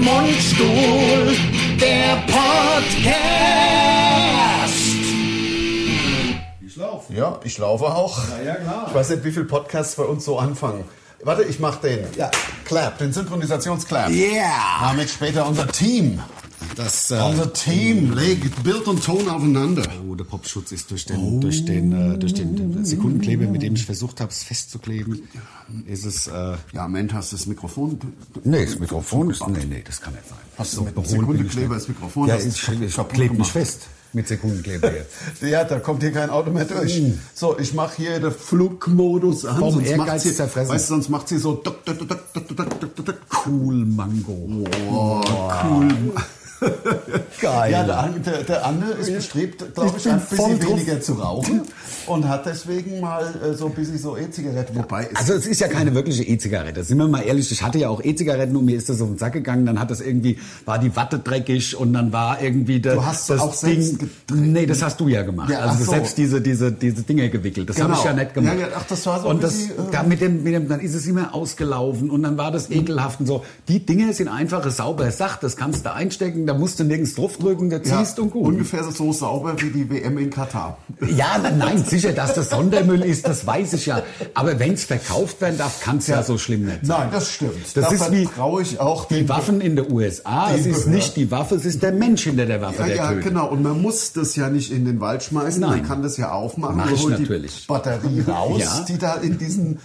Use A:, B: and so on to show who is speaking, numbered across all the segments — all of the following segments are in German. A: Mundstuhl, der Podcast.
B: Ich laufe.
C: Ja, ich laufe auch.
B: ja, klar.
C: Ich weiß nicht, wie viele Podcasts bei uns so anfangen. Warte, ich mach den.
B: Ja.
C: Clap, den Synchronisationsclap.
B: Yeah!
C: Damit später unser Team.
B: Das, äh,
C: Unser Team legt Bild und Ton aufeinander.
B: oh, der Popschutz ist durch den, durch den, äh, durch den Sekundenkleber, mit dem ich versucht habe, es festzukleben, ist es... Äh,
C: Ja, Moment, hast du das Mikrofon?
B: nee, das Mikrofon ist... Nee, nee, das kann nicht sein.
C: Hast du mit einem Sekundenkleber das Mikrofon?
B: Ja,
C: hast
B: ich,
C: du
B: ich
C: kaputt
B: klebe mich
C: gemacht?
B: fest mit Sekundenkleber jetzt.
C: Ja, da kommt hier kein Auto mehr durch. So, ich mache hier den Flugmodus an.
B: Vom
C: sonst
B: Ehrgeiz
C: macht's hier,
B: zerfressen.
C: Weißt du, sonst macht sie so. duck, duck, duck, duck, duck, duck, duck, duck, duck.
B: Cool Mango.
C: Oh, cool.
B: Geil.
C: Ja, der, An- der, der Anne ist bestrebt, glaube ich,
B: bin
C: ein bisschen
B: voll drauf.
C: weniger zu rauchen und hat deswegen mal äh, so ein bisschen so E-Zigarette. Wobei, es-
B: Also es ist ja keine wirkliche E-Zigarette. Sind wir mal ehrlich, ich hatte ja auch E-Zigaretten und mir ist das auf den Sack gegangen. Dann hat das irgendwie, war die Watte dreckig und dann war irgendwie der,
C: Du hast
B: das
C: auch selbst
B: Ding. Nee, das hast du ja gemacht.
C: Ja, ach
B: also
C: so.
B: selbst diese, diese, diese Dinge gewickelt. Das habe
C: Genau.
B: ich ja nicht gemacht.
C: Ja, ja, ach, das war so ein
B: und das,
C: bisschen, äh, Mhm.
B: da mit dem, mit dem, dann ist es immer ausgelaufen und dann war das ekelhaft und so. Die Dinge sind einfache, saubere Sache. Das kannst du einstecken, da musst du nirgends draufdrücken, da ziehst und gut.
C: Ungefähr so sauber wie die WM in Katar.
B: Ja, na- nein, sicher, dass das Sondermüll ist, das weiß ich ja. Aber wenn's verkauft werden darf, kann's ja. so schlimm nicht sein.
C: Nein, das stimmt.
B: Das ist wie-
C: traue ich auch
B: Die Waffen in der USA,
C: Die
B: es ist
C: Behörden.
B: nicht die Waffe, es ist der Mensch hinter der Waffe,
C: Ja,
B: der
C: ja
B: tötet.
C: genau. Und man muss das ja nicht in den Wald schmeißen. Man
B: Nein.
C: kann das ja aufmachen.
B: Mach
C: Man
B: ich
C: holt
B: natürlich.
C: die Batterie raus,
B: Ja.
C: die da in diesen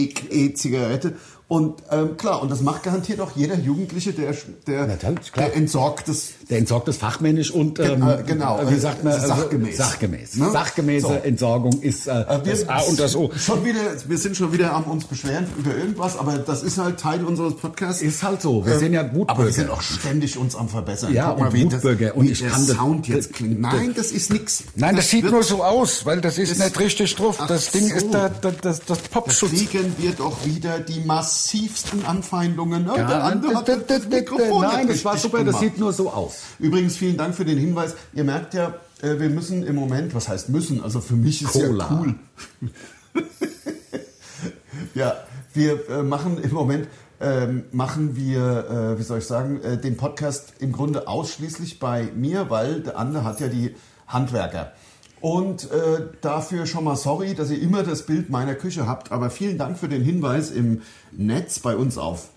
C: Einweg-E-Zigarette. Und ähm, klar, und das macht garantiert auch jeder Jugendliche, der, der,
B: Natürlich, klar.
C: der entsorgt das
B: Der entsorgt das fachmännisch und ähm,
C: Gen- äh, genau,
B: wie sagt man, also
C: äh, sachgemäß.
B: sachgemäß.
C: Ne?
B: Sachgemäße
C: So.
B: Entsorgung ist äh,
C: Äh,
B: das A und das O.
C: Schon wieder, wir sind schon wieder am uns beschweren über irgendwas, aber das ist halt Teil unseres Podcasts. Ähm,
B: Ist halt so. Wir sind ja
C: Aber wir
B: Wutbürger.
C: sind auch ständig uns am Verbessern.
B: Ja, und
C: wie das-
B: Wutbürger. Und
C: wie
B: ich
C: der
B: kann das-
C: Sound jetzt
B: das-
C: klingt. Nein, das ist nix.
D: Nein, das, sieht
C: wird-
D: nur so aus, weil das ist
C: Das-
D: nicht richtig drauf.
C: Ach
D: Das Ding
C: so.
D: ist da, da, das, das
C: Da
D: Popschutz.
C: kriegen wir doch wieder die massivsten Anfeindungen. Ne?
B: Ja,
C: der andere hat
B: d- d-
C: das
B: d- d-
C: Mikrofon
B: Nein,
C: nicht
B: das war
C: richtig
B: super, das
C: gemacht.
B: sieht nur so aus.
C: Übrigens, vielen Dank für den Hinweis. Ihr merkt ja, äh, wir müssen im Moment, was heißt müssen, also für mich ist
B: Cola.
C: ja cool. ja, wir äh, machen im Moment, ähm, machen wir, äh, wie soll ich sagen, äh, den Podcast im Grunde ausschließlich bei mir, weil der Anne hat ja die Handwerker. Und äh, dafür schon mal sorry, dass ihr immer das Bild meiner Küche habt, aber vielen Dank für den Hinweis im Netz bei uns auf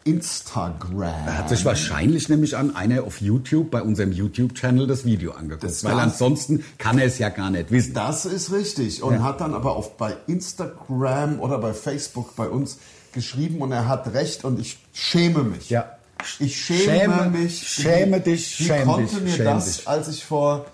C: Instagram.
B: Hat sich wahrscheinlich nämlich an einer auf YouTube bei unserem YouTube-Channel das Video angeguckt,
C: Das
B: weil
C: kann-
B: ansonsten kann er es ja gar nicht wissen.
C: Das ist richtig. Und hat dann aber auch bei Instagram oder bei Facebook bei uns geschrieben und er hat recht und ich schäme mich.
B: Ja.
C: Ich schäme,
B: Schäme-
C: mich.
B: schäme dich,
C: Wie
B: schäm
C: konnte
B: dich,
C: mir
B: schäm
C: das,
B: dich.
C: als ich vor,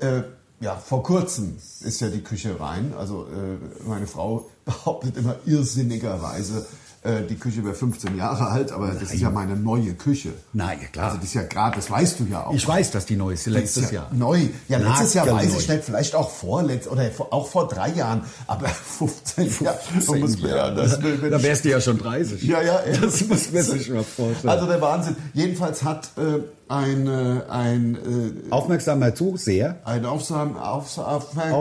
C: äh, ja, vor kurzem ist ja die Küche rein. Also äh, meine Frau behauptet immer irrsinnigerweise, äh, die Küche wäre 15 Jahre alt, aber das ist ja meine neue Küche.
B: Nein, klar.
C: Also das ist ja gerade, das weißt du ja auch.
B: Ich weiß, dass die neu ist,
C: Die ist
B: letztes
C: ja
B: Jahr.
C: Neu. Ja, letztes Jahr
B: Nagelneu.
C: weiß ich nicht, vielleicht auch vorletzt oder vor, auch vor drei Jahren, aber 15 Jahre. So muss man- ja, das will- wenn
B: da
C: ich-
B: wärst du ja schon 30.
C: Ja, ja, ey.
B: Das muss man sich mal vorstellen.
C: Also der Wahnsinn. Jedenfalls hat äh, ein, äh, ein, äh,
B: Aufmerksamer Zuseher.
C: ein Aufsam, Aufs, Aufmerksam,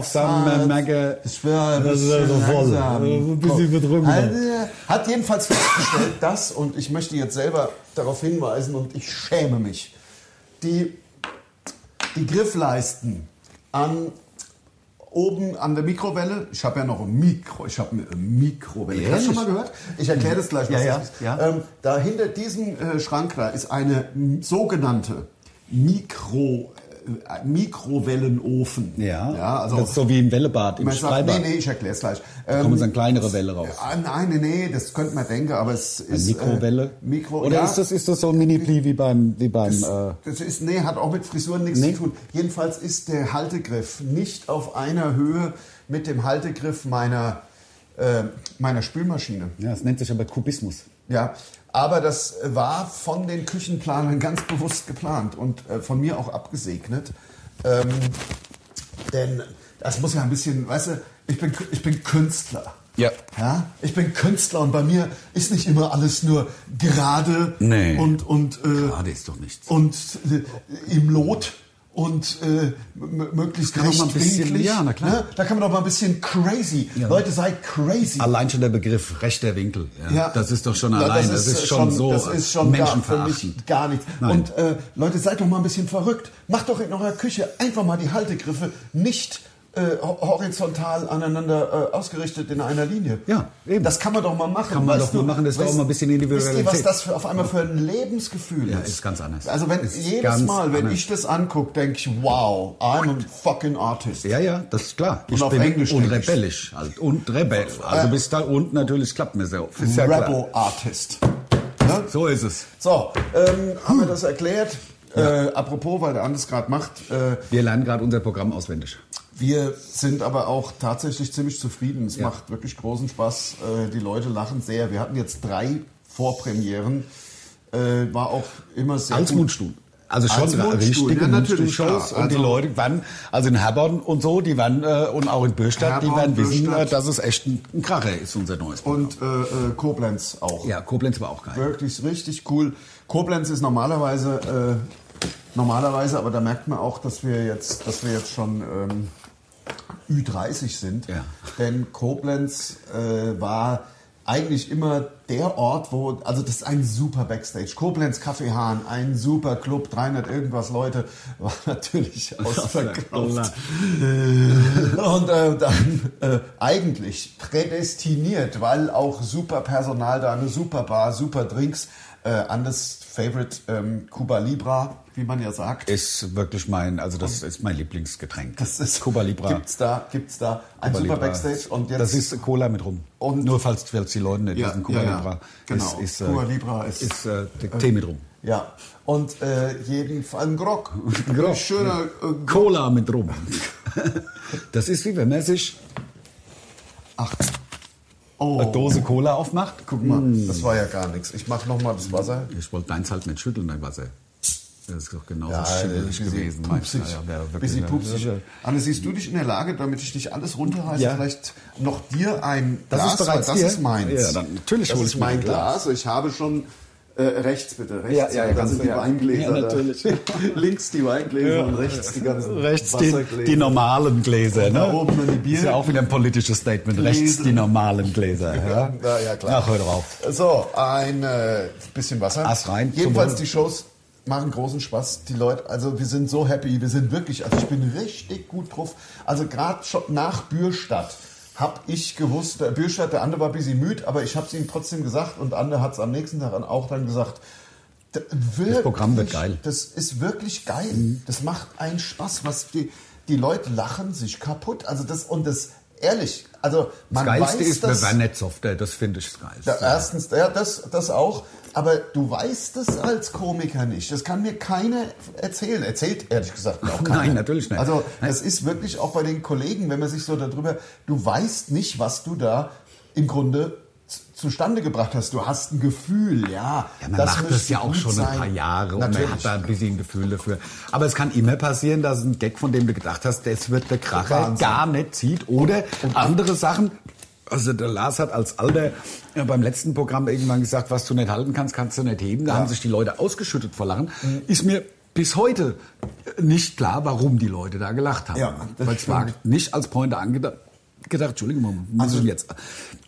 B: Aufsamen- Merke-
C: ich war ein
B: Das ist also
C: bisschen
B: voll.
C: langsam.
B: Also ein bisschen betrunken.
C: Also, hat jedenfalls festgestellt, dass, und ich möchte jetzt selber darauf hinweisen und ich schäme mich, die, die Griffleisten an oben an der Mikrowelle. Ich habe ja noch ein Mikro. Ich habe eine Mikrowelle.
B: Ehrlich?
C: Hast du schon mal gehört? Ich erkläre das gleich. was
B: Ja,
C: das
B: ja,
C: ist.
B: ja.
C: Ähm, da hinter diesem äh, Schrank da ist eine m, sogenannte Mikro, äh, Mikrowellenofen. ja also
B: das ist so wie im Wellebad, im
C: man sagt, nee,
B: Freibad.
C: nee, ich erkläre es gleich.
B: Da
C: Ähm,
B: kommen dann kleinere Welle raus.
C: ah, nein, nee, nee, das könnte man denken, aber es ist...
B: Mikrowelle?
C: Äh, Mikro,
B: Oder
C: ja.
B: ist, das, ist das so ein Mini-Pli wie beim... Wie beim äh,
C: Das ist, nee, hat auch mit Frisuren nichts
B: Nee.
C: zu tun. Jedenfalls ist der Haltegriff nicht auf einer Höhe mit dem Haltegriff meiner, äh, meiner Spülmaschine.
B: äh, ja, das nennt sich aber Kubismus.
C: Ja, aber das war von den Küchenplanern ganz bewusst geplant und äh, von mir auch abgesegnet. Ähm, denn das muss ja ein bisschen, weißt du, ich bin, ich bin Künstler.
D: Ja.
C: Ja, ich bin Künstler und bei mir ist nicht immer alles nur gerade
B: Nee.
C: und und äh,
B: Gerade ist doch nichts.
C: und äh, im Lot und äh, m- möglichst
B: kann auch mal ein bisschen-
C: rechtwinklig.
B: ja, na klar.
C: Ne? Da kann man doch mal ein bisschen crazy.
B: Ja.
C: Leute, seid crazy.
B: Allein schon der Begriff rechter Winkel, ja,
C: Ja.
B: das ist doch schon
C: Na,
B: allein, das ist,
C: äh,
B: schon, so
C: das ist schon gar, für
B: menschenverachtend.
C: mich gar nichts.
B: Nein.
C: Und äh, Leute, seid doch mal ein bisschen verrückt. Macht doch in eurer Küche einfach mal die Haltegriffe nicht äh, ho- horizontal aneinander äh, ausgerichtet in einer Linie.
B: Ja, eben.
C: Das kann man doch mal machen.
B: Kann man
C: weißt
B: doch mal machen, das wäre
C: weißt-
B: auch mal ein bisschen Individualität.
C: Wisst ihr, was das für, auf einmal für ein Lebensgefühl
B: Ja,
C: ist?
B: ist ganz anders.
C: Also wenn
B: Ist
C: jedes
B: ganz
C: Mal, wenn
B: anders.
C: ich das angucke, denke ich, wow, I'm a fucking artist.
B: Ja, ja, das ist klar.
C: auf Englisch
B: und
C: denke ich. Äh,
B: rebellisch halt. und rebell. Also bis da und natürlich klappt mir so. Ist ja klar.
C: Rabo-Artist.
B: So ist es.
C: So, ähm, haben wir das erklärt? Äh, apropos, weil der Anders gerade macht, äh,
B: Wir lernen gerade unser Programm auswendig.
C: wir sind aber auch tatsächlich ziemlich zufrieden. Es
B: Ja.
C: macht wirklich großen Spaß. Äh, die Leute lachen sehr. Wir hatten jetzt drei Vorpremieren. Äh, war auch immer sehr
B: Als
C: gut.
B: Mundstuhl. Also schon
C: Als Mundstuhl,
B: richtige
C: ja, natürlich,
B: Mundstuhl-Shows
C: klar.
B: und die
C: Also-
B: Leute waren, also in Herborn und so, die waren äh, und auch in Bürstadt, die
C: Herborn,
B: werden wissen, äh,
C: Bürstadt.
B: dass es echt ein, ein Kracher ist, unser neues Programm.
C: Und äh, äh, Koblenz auch.
B: ja, Koblenz war auch geil.
C: Wirklich richtig cool. Koblenz ist normalerweise, äh, normalerweise, aber da merkt man auch, dass wir jetzt, dass wir jetzt schon ähm, Ü30 sind.
B: Ja.
C: Denn Koblenz äh, war eigentlich immer der Ort, wo, also das ist ein super Backstage. Koblenz Kaffeehahn, ein super Club, 300 irgendwas Leute, war natürlich ausverkauft. Und äh, dann äh, eigentlich prädestiniert, weil auch super Personal da, eine super Bar, super Drinks. Äh, Anders Favorite ähm, Cuba Libra, wie man ja sagt.
B: Ist wirklich mein, also das ist mein Lieblingsgetränk.
C: Das ist
B: Cuba Libra.
C: Gibt's da, gibt's da. Ein
B: Cuba
C: super
B: Libre.
C: Backstage und jetzt
B: das ist Cola mit rum.
C: Und-
B: Nur falls, falls die Leute nicht
C: Ja,
B: wissen, Cuba
C: ja, ja.
B: Libra
C: Genau.
B: ist, ist,
C: Cuba Libre ist-
B: ist äh, der Tee mit rum.
C: ja und äh, jeden Fall ein Grog,
B: Grog,
C: ein schöner äh,
B: Cola mit rum. das ist wie wenn man sich
C: Ach,
B: eine
C: oh,
B: Dose Mm. Cola aufmacht.
C: guck mal, das war ja gar nichts. Ich mach noch mal das Wasser.
B: Ich wollte deins halt nicht schütteln, dein Wasser. Das ist doch genauso
C: Ja,
B: schüttelig
C: bisschen
B: gewesen.
C: Pupsig.
B: meinst du? Ja, ja, wirklich. ne?
C: bisschen pupsig. Anne, siehst du dich in der Lage, damit ich nicht alles runterreiße,
B: Ja.
C: vielleicht noch dir ein
B: Das
C: Glas?
B: ist bereits
C: weil das
B: dir?
C: ist meins.
B: Ja, dann natürlich
C: das
B: hol
C: ist
B: ich mir
C: mein
B: ein
C: Glas.
B: Glas.
C: Ich habe schon äh, rechts bitte,
B: Ja,
C: rechts
B: ja, ja,
C: das
B: ganz
C: sind die
B: ja.
C: Weingläser.
B: Ja,
C: da.
B: natürlich.
C: Links die Weingläser und rechts die ganzen
B: Rechts die,
C: Wassergläser.
B: die normalen Gläser. Ne?
C: da oben dann die Bier-
B: Ist ja auch wieder ein politisches Statement. Rechts die normalen Gläser. Ja,
C: Ja, ja, klar.
B: Ach, hör doch auf.
C: So, ein äh, bisschen Wasser.
B: Ass rein, zum
C: Jedenfalls
B: Wohl.
C: die Shows machen großen Spaß. Die Leute, also wir sind so happy, wir sind wirklich, also ich bin richtig gut drauf. Also gerade schon nach Bürstadt habe ich gewusst, der Bürstadt, der andere war ein bisschen müde, aber ich habe es ihm trotzdem gesagt und Ander hat es am nächsten Tag dann auch dann gesagt. D- Wirklich,
B: Programm wird geil. Mhm.
C: Das ist wirklich geil. Das macht einen Spaß, was die, die Leute lachen sich kaputt. Also das und das ehrlich, also man
B: Das Geilste
C: weiß
B: ist, wir
C: das
B: waren nicht softer. Das finde ich das Geilste.
C: da, erstens, ja, das, das auch. Aber du weißt es als Komiker nicht. Das kann mir keiner erzählen. Erzählt ehrlich gesagt mir auch keiner.
B: Nein, natürlich nicht.
C: Also das ist wirklich auch bei den Kollegen, wenn man sich so darüber, du weißt nicht, was du da im Grunde z- zustande gebracht hast. Du hast ein Gefühl, ja.
B: Ja, man macht
C: müsste
B: das ja auch
C: gut
B: schon ein
C: sein.
B: paar Jahre um und
C: Natürlich.
B: man hat da ein bisschen ein Gefühl dafür. Aber es kann immer passieren, dass ein Gag, von dem du gedacht hast, das wird der Kracher,
C: Wahnsinn.
B: gar nicht zieht. Oder andere Sachen. Also der Lars hat als Alter äh, beim letzten Programm irgendwann gesagt, was du nicht halten kannst, kannst du nicht heben. Da haben sich die Leute ausgeschüttet vor Lachen.
C: Mhm.
B: Ist mir bis heute äh, nicht klar, warum die Leute da gelacht haben.
C: Ja, das
B: Weil es war nicht als Pointe angedacht. Gedacht, Entschuldigung, Moment, muss
C: Also-
B: ich jetzt.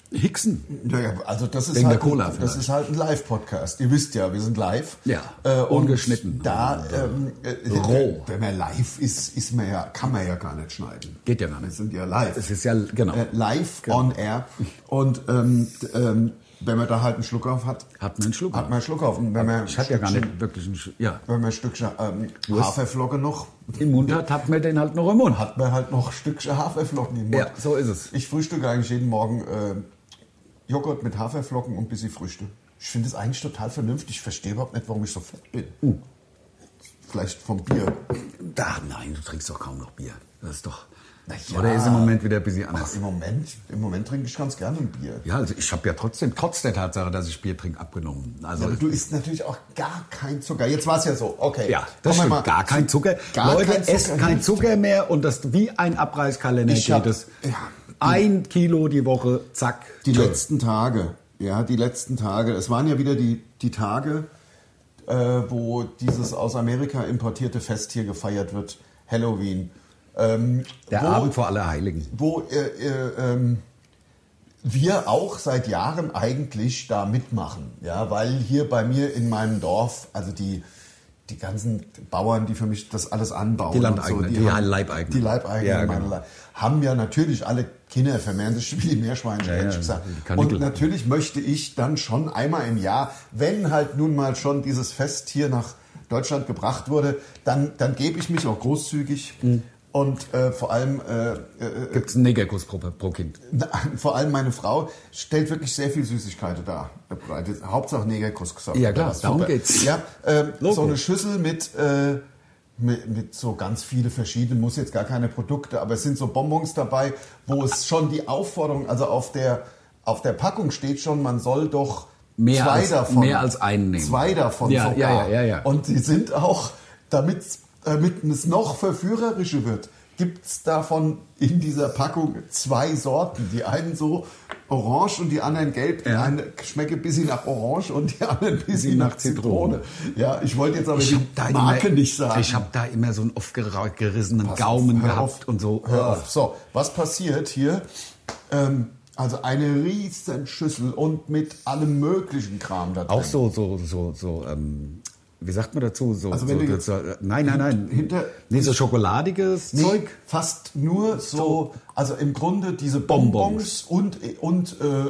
B: Hixen.
C: Ja, ja, also das ist,
B: Wegen
C: halt
B: der Cola
C: ein, das
B: vielleicht.
C: ist halt ein Live-Podcast. Ihr wisst ja, wir sind live.
B: Ja,
C: und
B: ungeschnitten.
C: Da, ähm, äh,
B: Roh.
C: Wenn man live ist, ist man ja, kann man ja gar nicht schneiden.
B: Geht ja gar nicht.
C: Wir sind ja live.
B: Es ist ja, genau.
C: äh, live on air. Und ähm, d- ähm, wenn man da halt einen Schluck auf hat,
B: Hat man einen Schluck
C: hat
B: auf.
C: man einen Schluck auf. Und wenn man
B: Ich hatte ja gar nicht wirklich einen. Sch- Ja,
C: Wenn man ein Stückchen ähm,
B: ist-
C: Haferflocke noch
B: im Mund hat, hat man den halt noch im Mund.
C: hat man halt noch Stückchen Haferflocken im Mund.
B: Ja, so ist es.
C: Ich frühstücke eigentlich jeden Morgen äh, Joghurt mit Haferflocken und ein bisschen Früchte. Ich finde es eigentlich total vernünftig. Ich verstehe überhaupt nicht, warum ich so fett bin.
B: Uh.
C: Vielleicht vom Bier.
B: Ach nein, du trinkst doch kaum noch Bier. Das ist doch.
C: Na ja.
B: Oder ist im Moment wieder ein bisschen
C: Ach,
B: anders?
C: im, Moment, Im Moment trinke ich ganz gerne ein Bier.
B: Ja, also ich habe ja trotzdem, trotz der Tatsache, dass ich Bier trinke, abgenommen. Also,
C: Aber du isst natürlich auch gar kein Zucker. Jetzt war es ja so. Okay.
B: ja, das
C: Kommen wir
B: stimmt. Gar kein Zucker.
C: Gar
B: Leute,
C: kein Zucker.
B: esst kein Zucker mehr und das wie ein Abreißkalender
C: Ich hab-
B: geht es.
C: ja.
B: ein Kilo die Woche, zack.
C: Die
B: tschö.
C: letzten Tage, ja, die letzten Tage. Es waren ja wieder die, die Tage, äh, wo dieses aus Amerika importierte Fest hier gefeiert wird, Halloween. Ähm,
B: Der
C: wo,
B: Abend vor Allerheiligen.
C: wo äh, äh, ähm, wir auch seit Jahren eigentlich da mitmachen. Ja, weil hier bei mir in meinem Dorf, also die, die ganzen Bauern, die für mich das alles anbauen.
B: Die
C: und
B: Landeigenen, die
C: haben-
B: Leibeigenen.
C: Die Leibeigenen,
B: Ja,
C: meine
B: genau.
C: Le- haben ja natürlich alle Kinder vermehren sich wie die Meerschweinchen,
B: Ja,
C: hätte ich
B: ja,
C: gesagt.
B: die Karnickel.
C: Und natürlich möchte ich dann schon einmal im Jahr, wenn halt nun mal schon dieses Fest hier nach Deutschland gebracht wurde, dann, dann gebe ich mich auch großzügig.
B: Mhm.
C: Und äh, vor allem äh,
B: Gibt es einen Negerkuss pro, pro Kind?
C: na, vor allem meine Frau stellt wirklich sehr viel Süßigkeiten dar. bereit. Jetzt Hauptsache Negerkuss gesagt.
B: Ja, klar,
C: Das ist
B: darum
C: super.
B: geht's.
C: Ja, ähm,
B: Logo.
C: so eine Schüssel mit, äh, mit, mit so ganz viele verschiedene, muss jetzt gar keine Produkte, aber es sind so Bonbons dabei, wo es schon die Aufforderung, also auf der, auf der Packung steht schon, man soll doch
B: Mehr
C: zwei
B: als-
C: davon.
B: mehr als einen nehmen.
C: Zwei davon
B: Ja,
C: sogar.
B: ja, ja, ja, ja.
C: Und die sind auch, damit, damit es noch verführerischer wird, gibt es davon in dieser Packung zwei Sorten. Die einen so orange und die anderen gelb. Die eine schmecke ein bisschen nach Orange und die andere ein bisschen
B: nach
C: nach Zitrone. Ja, ich wollte jetzt aber
B: Ich
C: die
B: habe da,
C: Marke
B: immer-
C: nicht sagen.
B: Ich hab da immer so einen aufgerissenen
C: Pass auf,
B: Gaumen
C: hör
B: gehabt
C: auf,
B: und so.
C: Hör
B: Ah.
C: auf. So, was passiert hier? Ähm, also eine riesen Schüssel und mit allem möglichen Kram da drin.
B: Auch so, so, so, so, ähm, wie sagt man dazu? So,
C: Also
B: so,
C: wenn du jetzt
B: so, nein, nein, nein.
C: hinter-
B: nee, so schokoladiges
C: Nee,
B: Zeug.
C: fast nur so, also im Grunde diese Bonbons, und, und äh, äh,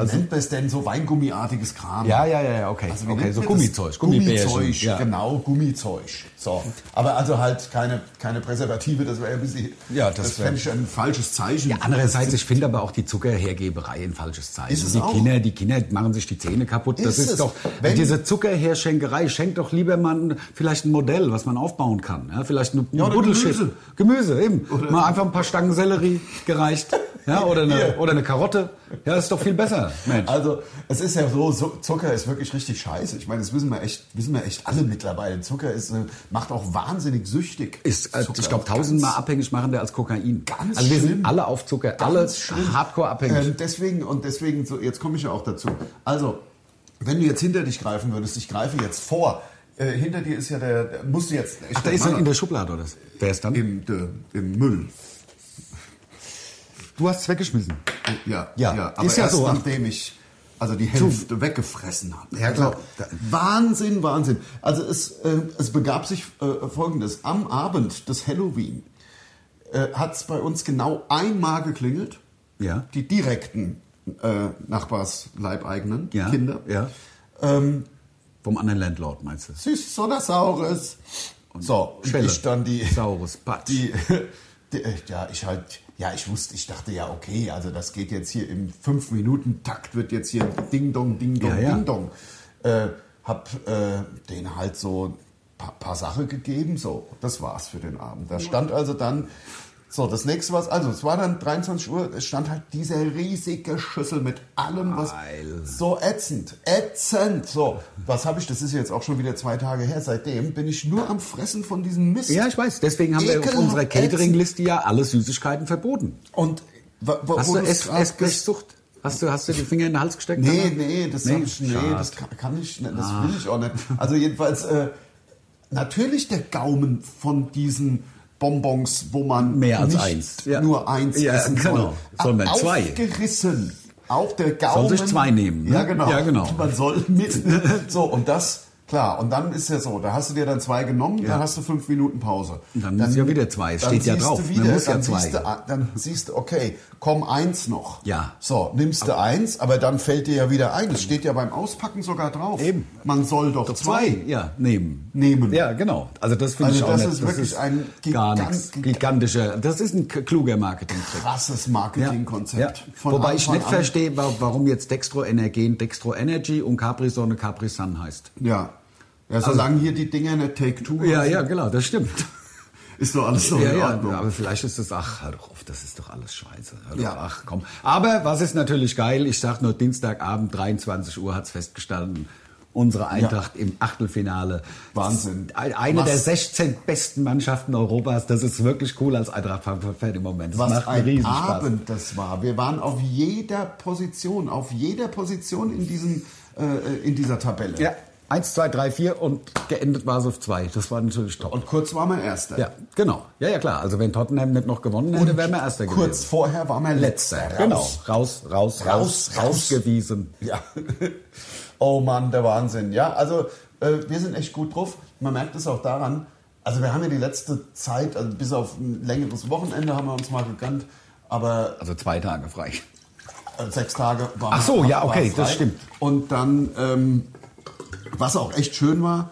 C: äh, nennt man es denn so Weingummiartiges Kram.
B: Also- Ja, ja, ja, ja, okay.
C: Also wie
B: okay,
C: nennt
B: so
C: man
B: Gummizeug,
C: das?
B: Gummibärchen.
C: Gummizeug,
B: ja.
C: genau, Gummizeug. So. Aber also halt keine, keine Präservative, das wäre ein bisschen,
B: Ja, das wär-
C: fände ich ein falsches Zeichen. Also,
B: Ja, andererseits, ich finde aber auch die Zuckerhergeberei ein falsches Zeichen.
C: Ist es
B: die
C: auch?
B: Kinder, die Kinder machen sich die Zähne kaputt. das
C: Ist
B: ist
C: es?
B: doch
C: Wenn-
B: diese Zuckerherschenkerei. Schenkt doch lieber mal ein, vielleicht ein Modell, was man aufbauen kann. Ja, vielleicht ein
C: oder
B: Buddelschiff.
C: Gemüse.
B: Gemüse, eben. mal einfach ein paar Stangen Sellerie gereicht. Ja, oder eine,
C: Hier.
B: oder eine Karotte. Ja, ist doch viel besser, Mensch.
C: Also, es ist ja so, so, Zucker ist wirklich richtig scheiße. Ich meine, das wissen wir echt, wissen wir echt alle mittlerweile. Zucker ist, äh, macht auch wahnsinnig süchtig.
B: Ist, äh,
C: Zucker.
B: ich glaube, tausendmal abhängig machen der als Kokain.
C: Ganz
B: also wir
C: schlimm.
B: sind alle auf Zucker, alle
C: Ganz schlimm.
B: hardcore abhängig.
C: Ähm, deswegen, und deswegen, so, jetzt komme ich ja auch dazu. Also, wenn du jetzt hinter dich greifen würdest, ich greife jetzt vor, äh, hinter dir ist ja der, der musst du jetzt.
B: Ach, der ist dann in der Schublade, oder? Wer ist dann?
C: im, der, im Müll.
B: Du hast es weggeschmissen.
C: Äh, Ja,
B: Ja,
C: aber
B: ist ja
C: erst
B: so.
C: nachdem ich also die Hälfte weggefressen habe.
B: Ja, klar.
C: Also, Wahnsinn, Wahnsinn. Also es, äh, es begab sich äh, Folgendes. Am Abend des Halloween äh, hat es bei uns genau einmal geklingelt.
B: Ja.
C: Die direkten äh, Nachbarsleibeigenen
B: Ja,
C: Kinder.
B: ja.
C: Ähm,
B: Vom anderen Landlord, meinst du?
C: süß oder saures. So, und
B: Schelle.
C: ich dann die...
B: Saures Patsch.
C: Die, die, äh, ja, ich halt, ja, ich wusste, ich dachte ja, okay, also das geht jetzt hier im 5-Minuten-Takt, wird jetzt hier Ding-Dong, Ding-Dong,
B: Ja, ja.
C: Ding-Dong. Äh, hab äh, denen halt so ein paar, paar Sachen gegeben, so, das war's für den Abend. Da stand also dann, so, das nächste was, also es war dann 23 Uhr, es stand halt diese riesige Schüssel mit allem, was
B: Geil.
C: so ätzend, ätzend, so. Was habe ich, das ist jetzt auch schon wieder zwei Tage her, seitdem bin ich nur am Fressen von diesem Mist.
B: Ja, ich weiß. Deswegen haben wir auf
C: Ekelhaft,
B: unserer Catering-Liste ja alle Süßigkeiten verboten.
C: Und wa- wa-
B: Hast
C: wo
B: du
C: du's
B: Ess-
C: grad
B: Essgesucht? Hast du, hast du die Finger in den Hals gesteckt? Anna?
C: Nee, nee, das, hab ich, nee,
B: Schade. Ah.
C: das kann, kann ich nicht, das will ich auch nicht. Also jedenfalls, äh, natürlich der Gaumen von diesen Bonbons, wo man
B: Mehr als
C: nicht
B: eins, ja.
C: nur eins
B: Ja,
C: essen
B: genau.
C: soll.
B: Sondern
C: Au-
B: zwei.
C: Aufgerissen. Auch der Gaumen.
B: Soll sich zwei nehmen, ne?
C: Ja, genau.
B: Ja, genau.
C: Man soll mit. So, und das, klar, und dann ist ja so, da hast du dir dann zwei genommen, dann hast du fünf Minuten Pause.
B: Und dann sind ja wieder zwei,
C: dann
B: steht ja
C: siehst
B: drauf.
C: Du
B: Man
C: wieder,
B: muss ja
C: dann
B: zwei.
C: Siehst du, Ah, dann siehst du, okay, komm eins noch.
B: Ja.
C: So, nimmst du eins, aber dann fällt dir ja wieder ein. Es steht ja beim Auspacken sogar drauf.
B: Eben.
C: Man soll doch, zwei.
B: Zwei, ja, nehmen.
C: Nehmen.
B: Ja, genau. Also das finde
C: Also
B: ich auch
C: das
B: nett.
C: ist wirklich ein
B: gar
C: gigant-
B: nichts. gigantischer. Das ist ein k- kluger Marketing-Trick.
C: Krasses
B: Ja,
C: Marketingkonzept.
B: ja.
C: Von
B: Wobei ich
C: Anfang
B: nicht
C: an-
B: verstehe, wa- warum jetzt Dextro Energen Dextro Energy und Capri Sonne Capri Sun heißt.
C: Ja. ja solange hier die Dinger nicht Take Two
B: Also- Ja,
C: sind,
B: ja, genau, das stimmt.
C: ist doch alles so
B: Ja,
C: in
B: ja,
C: Ordnung.
B: aber vielleicht ist das, ach, hör doch auf, das ist doch alles scheiße. Hör doch,
C: Ja.
B: Ach, komm. Aber was ist natürlich geil, ich sag nur Dienstagabend, 23 Uhr hat's festgestanden. Unsere Eintracht im Achtelfinale.
C: Wahnsinn.
B: Ein- Eine
C: Was-
B: der 16 besten Mannschaften Europas. Das ist wirklich cool als Eintracht Frankfurt-Fan im Moment. Das
C: Was
B: macht einen
C: ein
B: riesen
C: Abend das war. Wir waren auf jeder Position, auf jeder Position in, diesem, äh, in dieser Tabelle.
B: Spaß. Ja. Eins, zwei, drei, vier und geendet war es auf zwei. Das war natürlich top.
C: Und kurz war man Erster.
B: ja, genau. Ja, ja, klar. Also wenn Tottenham nicht noch gewonnen hätte, wäre man Erster gewesen.
C: Kurz vorher war man Letzter. Raus.
B: Genau. Raus, raus, raus,
C: Raus, raus.
B: rausgewiesen.
C: Ja. Oh Mann, der Wahnsinn. Ja, also äh, wir sind echt gut drauf. Man merkt es auch daran. Also wir haben ja die letzte Zeit, also bis auf ein längeres Wochenende haben wir uns mal gegönnt, aber
B: Also zwei Tage frei.
C: äh, sechs Tage waren
B: Ach so,
C: wir-
B: ja,
C: war
B: okay,
C: frei.
B: das stimmt.
C: Und dann, ähm, was auch echt schön war,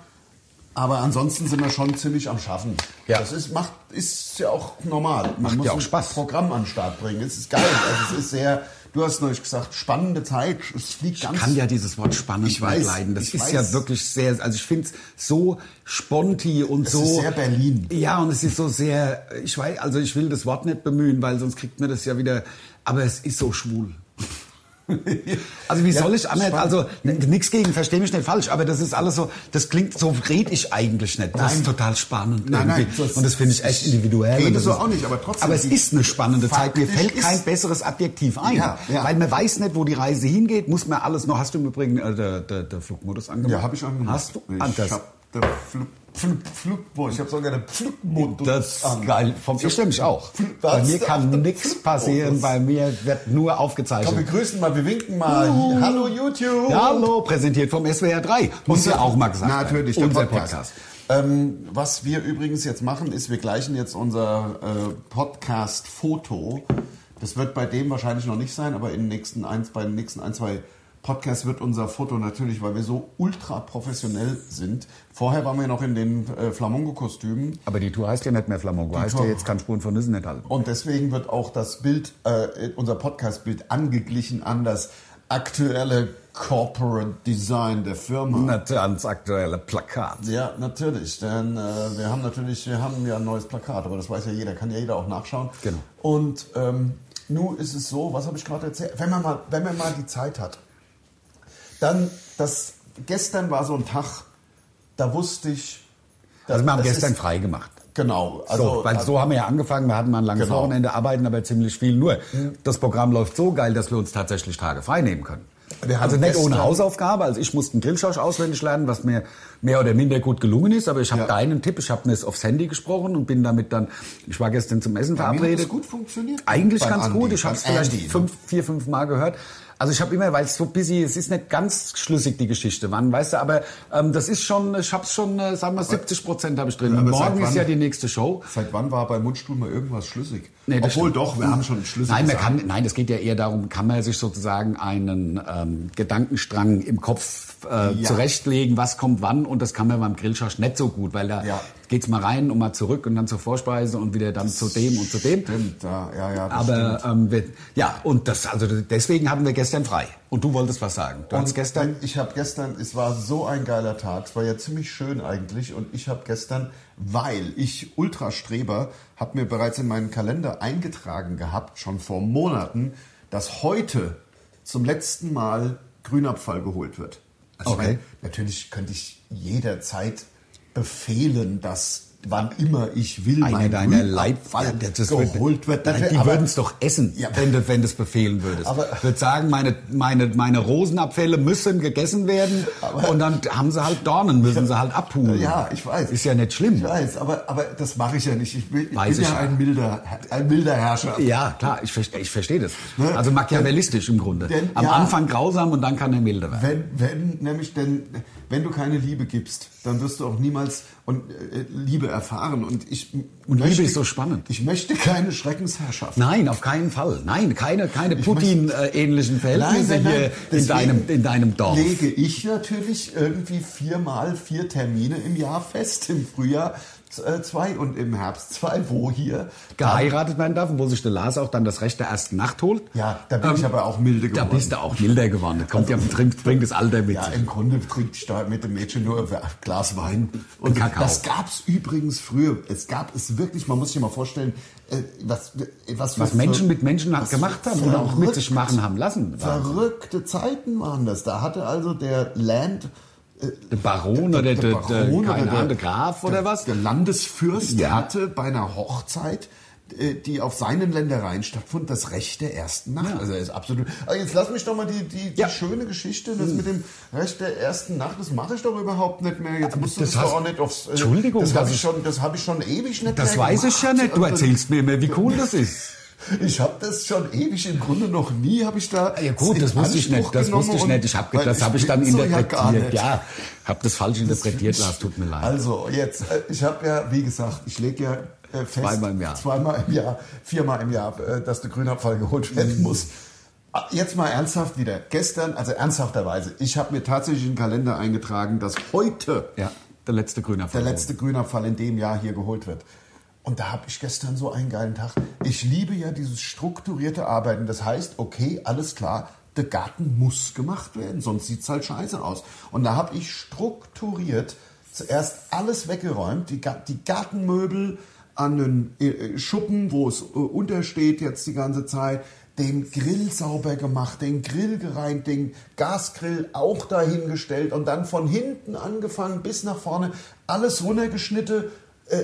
C: aber ansonsten sind wir schon ziemlich am Schaffen.
B: Ja.
C: Das ist, macht, ist ja auch normal. Man
B: Macht
C: muss
B: ja auch
C: ein
B: Spaß.
C: Programm an den Start bringen. Es ist geil. Also es ist sehr, du hast neulich gesagt, spannende Zeit. Es fliegt ganz
B: kann ja dieses Wort spannend
C: Ich weiß,
B: begleiten. Das
C: ich
B: ist
C: weiß.
B: ja wirklich sehr, also ich finde es so sponti und
C: Es
B: so.
C: ist sehr Berlin.
B: Ja, und es ist so sehr, ich weiß, also ich will das Wort nicht bemühen, weil sonst kriegt mir das ja wieder, aber es ist so schwul. Also wie
C: Ja,
B: soll ich,
C: spannend.
B: also nichts gegen, verstehe mich nicht falsch, aber das ist alles so, das klingt, so red ich eigentlich nicht. Das ist
C: Nein.
B: total spannend.
C: Nein, nein,
B: irgendwie.
C: das-
B: und das finde ich echt individuell.
C: Rede
B: Und Äh, das
C: so
B: ist-
C: auch nicht, aber trotzdem,
B: Aber es
C: die-
B: ist eine spannende Zeit. Mir
C: faktisch
B: fällt kein
C: ist-
B: besseres Adjektiv ein.
C: Ja, ja.
B: Weil man weiß nicht, wo die Reise hingeht, muss man alles noch. Hast du im Übrigen äh, der, der, der Flugmodus angemacht?
C: Ja, habe ich angemacht.
B: Hast du?
C: Ich
B: Anders.
C: habe den Flug, Flug, Flug, boah, ich habe sogar den Flugmodus
B: Das
C: an.
B: ist geil. Vom, ich stimme mich auch.
C: Flug-
B: Bei mir
C: Was?
B: kann
C: Ach, der
B: nichts passieren,
C: Flugmodus.
B: bei mir wird nur
C: Komm, wir
B: aufgezeichnet.
C: grüßen mal, wir winken mal. Hallo YouTube.
B: Ja, hallo, präsentiert vom SWR 3. Muss ja auch mal gesagt werden.
C: Natürlich, der
B: unser
C: Podcast. Ähm, was wir übrigens jetzt machen, ist, wir gleichen jetzt unser äh, Podcast-Foto. Das wird bei dem wahrscheinlich noch nicht sein, aber in den nächsten eins, bei den nächsten ein, zwei Podcasts wird unser Foto natürlich, weil wir so ultra professionell sind. Vorher waren wir noch in den äh, Flamongo-Kostümen.
B: Aber die Tour heißt ja nicht mehr Flamongo, heißt
C: Tour-
B: ja jetzt kann Spuren von Nissen nicht halten.
C: Und deswegen wird auch das Bild, äh, unser Podcast-Bild angeglichen an das aktuelle Corporate Design der Firma.
B: Nicht ans aktuelle Plakat.
C: Ja, natürlich. Denn äh, wir haben natürlich, wir haben ja ein neues Plakat, aber das weiß ja jeder, kann ja jeder auch nachschauen.
B: Genau.
C: Und ähm, nun ist es so, was habe ich gerade erzählt? Wenn man, mal, wenn man mal die Zeit hat, dann, das, gestern war so ein Tag, da wusste ich, dass,
B: Also wir haben
C: es
B: gestern
C: ist,
B: frei gemacht.
C: Genau, also
B: Also, so, weil so haben wir ja angefangen, wir hatten mal ein langes
C: Genau. Mhm.
B: Wochenende, arbeiten aber ziemlich viel. Nur, das Programm läuft so geil, dass wir uns tatsächlich Tage frei nehmen können.
C: Wir haben
B: also nicht
C: gestern-
B: ohne Hausaufgabe, also ich musste einen Grillschorsch auswendig lernen, was mir mehr oder minder gut gelungen ist, aber ich habe
C: Ja.
B: deinen Tipp, ich habe mir das aufs Handy gesprochen und bin damit dann, ich war gestern zum Essen
C: bei mir hat
B: verabredet.
C: das gut funktioniert.
B: Eigentlich
C: Beim
B: ganz
C: Andi,
B: gut. Ich
C: beim
B: habe es vielleicht
C: Andy, ne?
B: fünf, vier, fünf Mal gehört. Also ich habe immer, weil es so busy ist, ist nicht ganz schlüssig die Geschichte, Mann, weißt du, aber ähm, das ist schon, ich habe es schon, äh, sagen wir 70 Prozent habe ich drin.
C: Aber seit
B: Morgen ist
C: wann-
B: ja die nächste Show.
C: Seit wann war bei Mundstuhl mal irgendwas schlüssig?
B: Nee, das
C: Obwohl
B: stimmt.
C: doch, wir haben schon schlüssig
B: Nein, man
C: gesagt.
B: kann, nein, es geht ja eher darum, kann man sich sozusagen einen ähm, Gedankenstrang im Kopf äh,
C: Ja.
B: zurechtlegen, was kommt wann und das kann man beim Grillschorsch nicht so gut, weil da
C: Ja.
B: geht's mal rein und mal zurück und dann zur Vorspeise und wieder dann zu dem und zu dem.
C: Stimmt, ja, ja, ja, das
B: Aber ähm, wir, ja, und das, also deswegen hatten wir gestern frei. Und du wolltest was sagen. Du hast
C: Und
B: gestern.
C: Ich habe gestern, es war so ein geiler Tag, es war ja ziemlich schön eigentlich und ich habe gestern, weil ich Ultrastreber, habe mir bereits in meinen Kalender eingetragen gehabt, schon vor Monaten, dass heute zum letzten Mal Grünabfall geholt wird. Also
B: Okay.
C: ich mein, natürlich könnte ich jederzeit befehlen, dass wann immer ich will,
B: Einer
C: mein
B: deiner
C: Grünabfall
B: Leib, das
C: geholt wird.
B: Nein, die
C: Aber-
B: würden es doch essen,
C: Ja.
B: wenn du wenn du es befehlen würdest.
C: Aber-
B: ich würde sagen, meine, meine, meine Rosenabfälle müssen gegessen werden und dann haben sie halt Dornen, müssen sie halt abhulen.
C: Ja, ich weiß.
B: Ist ja nicht schlimm.
C: Ich weiß, aber, aber das mache ich ja nicht. Ich bin, ich
B: Weiß
C: bin
B: ich
C: ja
B: ja.
C: ein milder, Herr- ein milder Herrscher.
B: Ja, klar, ich, verste- ich verstehe das.
C: Ne?
B: Also machiavellistisch im Grunde.
C: Denn-
B: Am
C: ja.
B: Anfang grausam und dann kann er milder werden.
C: Wenn, wenn, nämlich, denn, wenn du keine Liebe gibst, dann wirst du auch niemals und, äh, Liebe erfahren. Und ich m-
B: Und Liebe ist so spannend.
C: Ich möchte keine Schreckensherrschaft.
B: Nein, auf keinen Fall. Nein, keine, keine Putin-ähnlichen Verhältnisse hier in
C: Deswegen
B: deinem, in deinem Dorf.
C: lege ich natürlich irgendwie viermal vier Termine im Jahr fest. Im Frühjahr äh, zwei und im Herbst zwei, wo hier.
B: geheiratet werden darf, und wo sich der Lars auch dann das Recht der ersten Nacht holt.
C: Ja, da bin ich aber auch milde
B: Ähm, Da
C: geworden. Also,
B: bist du auch milder geworden. Das kommt ja, bringt, bringt das Alter mit
C: Ja,
B: sich.
C: im Grunde trinkt ich da mit dem Mädchen nur ein Glas Wein. Und
B: Kakao.
C: das gab's übrigens früher. Es gab es wirklich, man muss sich mal vorstellen, äh, was, was, für-
B: Was Menschen mit Menschen
C: was
B: gemacht haben
C: für
B: und auch mit
C: verrückt-
B: sich machen haben lassen. War-
C: Verrückte Zeiten waren das. Da hatte also der Land.
B: Der Baron oder der, der,
C: Baron
B: keine
C: oder
B: Ahnung, der Graf oder was?
C: Der Landesfürst
B: Ja.
C: hatte bei einer Hochzeit äh, die auf seinen Ländereien stattfanden, das Recht der ersten Nacht. Also er ist absolut. Ah, jetzt lass mich doch mal die, die, die
B: Ja.
C: schöne Geschichte, das mit dem Recht der ersten Nacht, das mache ich doch überhaupt nicht mehr. Jetzt musst du das,
B: das hast-
C: doch auch nicht aufs. äh,
B: Entschuldigung,
C: das habe
B: das
C: ich
B: ist-
C: schon, das habe ich schon ewig nicht
B: Das
C: mehr
B: weiß ich ja
C: gemacht.
B: nicht. Du
C: Und-
B: erzählst mir immer, wie cool das ist.
C: ich habe das schon ewig, im Grunde noch nie habe ich da.
B: Ja gut,
C: in
B: das wusste ich
C: Anspruch
B: nicht. Das wusste ich
C: genommen
B: nicht. Ich hab,
C: und-
B: ge- das
C: weil
B: habe ich dann
C: bin so ja
B: interpretiert.
C: gar
B: Ja,
C: nicht.
B: habe das falsch interpretiert, Lars. Tut mir leid.
C: Also jetzt, äh, ich habe ja, wie gesagt, ich lege ja äh, fest,
B: Zweimal im Jahr.
C: zweimal im Jahr, viermal im Jahr, äh, dass der Grünabfall geholt
B: Mhm.
C: werden muss. Ah, Jetzt mal ernsthaft wieder. Gestern, also ernsthafterweise, ich habe mir tatsächlich in den Kalender eingetragen, dass heute
B: ja, der letzte grüne
C: der letzte Grünabfall in dem Jahr hier geholt wird. Und da habe ich gestern so einen geilen Tag. Ich liebe ja dieses strukturierte Arbeiten. Das heißt, okay, alles klar, der Garten muss gemacht werden, sonst sieht es halt scheiße aus. Und da habe ich strukturiert zuerst alles weggeräumt, die, Ga- die Gartenmöbel an den äh, äh, Schuppen, wo es äh, untersteht jetzt die ganze Zeit, den Grill sauber gemacht, den Grill gereinigt, den Gasgrill auch dahingestellt und dann von hinten angefangen bis nach vorne alles runtergeschnitten, äh,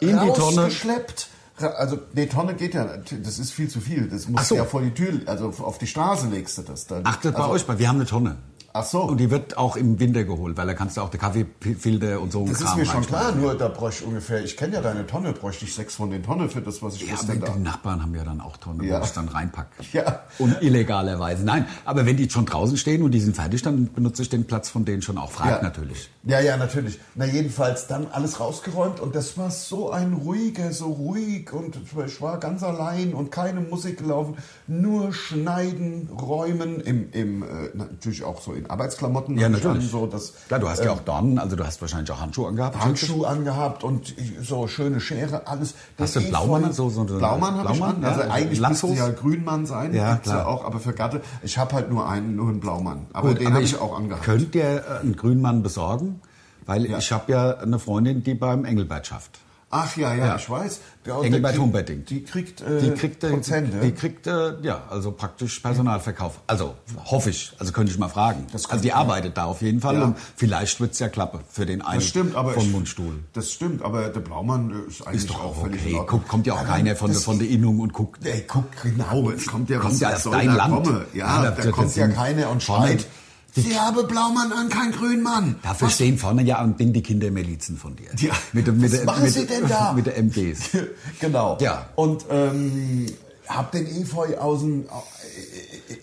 B: In die Tonne.
C: rausgeschleppt. Ra- Also, nee, Tonne geht ja, nicht. das ist viel zu viel. Das musst
B: Ach so.
C: du ja vor die Tür, also auf die Straße legst du das dann.
B: Achtet
C: also,
B: bei euch mal, wir haben eine Tonne.
C: Ach so.
B: Und die wird auch im Winter geholt, weil da kannst du auch den Kaffeefilter und so
C: Das ist
B: Kram
C: mir schon
B: reinschmeißen.
C: klar, nur da bräuchte ich ungefähr, ich kenne ja deine Tonne, bräuchte ich sechs von den Tonne für das, was ich
B: Ja,
C: bis
B: aber
C: denn da.
B: die Nachbarn haben ja dann auch Tonnen,
C: Ja.
B: wo ich dann reinpacke.
C: Ja.
B: Und illegalerweise. Nein, aber wenn die jetzt schon draußen stehen und die sind fertig, dann benutze ich den Platz von denen schon auch. Frag
C: Ja.
B: natürlich.
C: Ja, ja, natürlich. Na, jedenfalls dann alles rausgeräumt und das war so ein ruhiger, so ruhig und ich war ganz allein und keine Musik gelaufen, nur schneiden, räumen, im, im äh, natürlich auch so in Arbeitsklamotten.
B: Ja,
C: hab ich
B: natürlich.
C: an, So, das,
B: Klar, du hast
C: ähm,
B: ja auch Dornen, also du hast wahrscheinlich auch Handschuhe angehabt.
C: Handschuh angehabt und so schöne Schere, alles.
B: Hast
C: Der
B: du Blaumann?
C: Efeu-
B: So- so- so-
C: Blaumann habe ich
B: Blaumann,
C: an.
B: ja.
C: Also eigentlich müsste
B: Latzhose?
C: ja Grünmann sein,
B: Ja,
C: gibt's ja
B: klar.
C: auch, aber für Gatte. Ich habe halt nur einen, nur einen Blaumann. Aber
B: Gut,
C: den
B: aber
C: habe ich auch angehabt.
B: Könnt ihr äh, einen Grünmann besorgen? Weil
C: Ja.
B: ich habe ja eine Freundin, die beim Engelbert schafft.
C: Ach ja, ja,
B: Ja.
C: ich weiß. Der,
B: Engelbert
C: die-
B: Humperdinck.
C: Die kriegt, äh,
B: Die kriegt, äh,
C: Prozente.
B: die kriegt äh, ja, also praktisch Personalverkauf. Also hoffe ich, also könnte ich mal fragen. also die arbeitet da auf jeden Fall
C: Ja.
B: und vielleicht wird's ja klappen für den einen
C: das stimmt, aber
B: von
C: ich-
B: Mundstuhl.
C: Das stimmt, aber der Blaumann äh, ist eigentlich
B: Ist doch
C: auch
B: auch
C: völlig in
B: okay.
C: Ordnung.
B: Guck, kommt ja auch
C: Aber
B: keiner von,
C: das-
B: der- von der Innung und guckt.
C: Ey, guck, genau, es kommt ja
B: Kommt ja
C: was
B: aus
C: soll
B: dein
C: da
B: Land.
C: komme? Ja,
B: Ja, da-
C: da,
B: da
C: kommt ja
B: sind-
C: keiner und
B: Vorne-
C: schreit, Sie habe Blaumann an, kein Grünmann.
B: Dafür stehen vorne ja am Ding die Kindermilizen von dir.
C: Ja.
B: Mit, dem- mit,
C: Was
B: der-
C: machen
B: mit,
C: Sie denn da?
B: Mit der MGs.
C: genau.
B: Ja.
C: Und ähm, hab den Efeu aus dem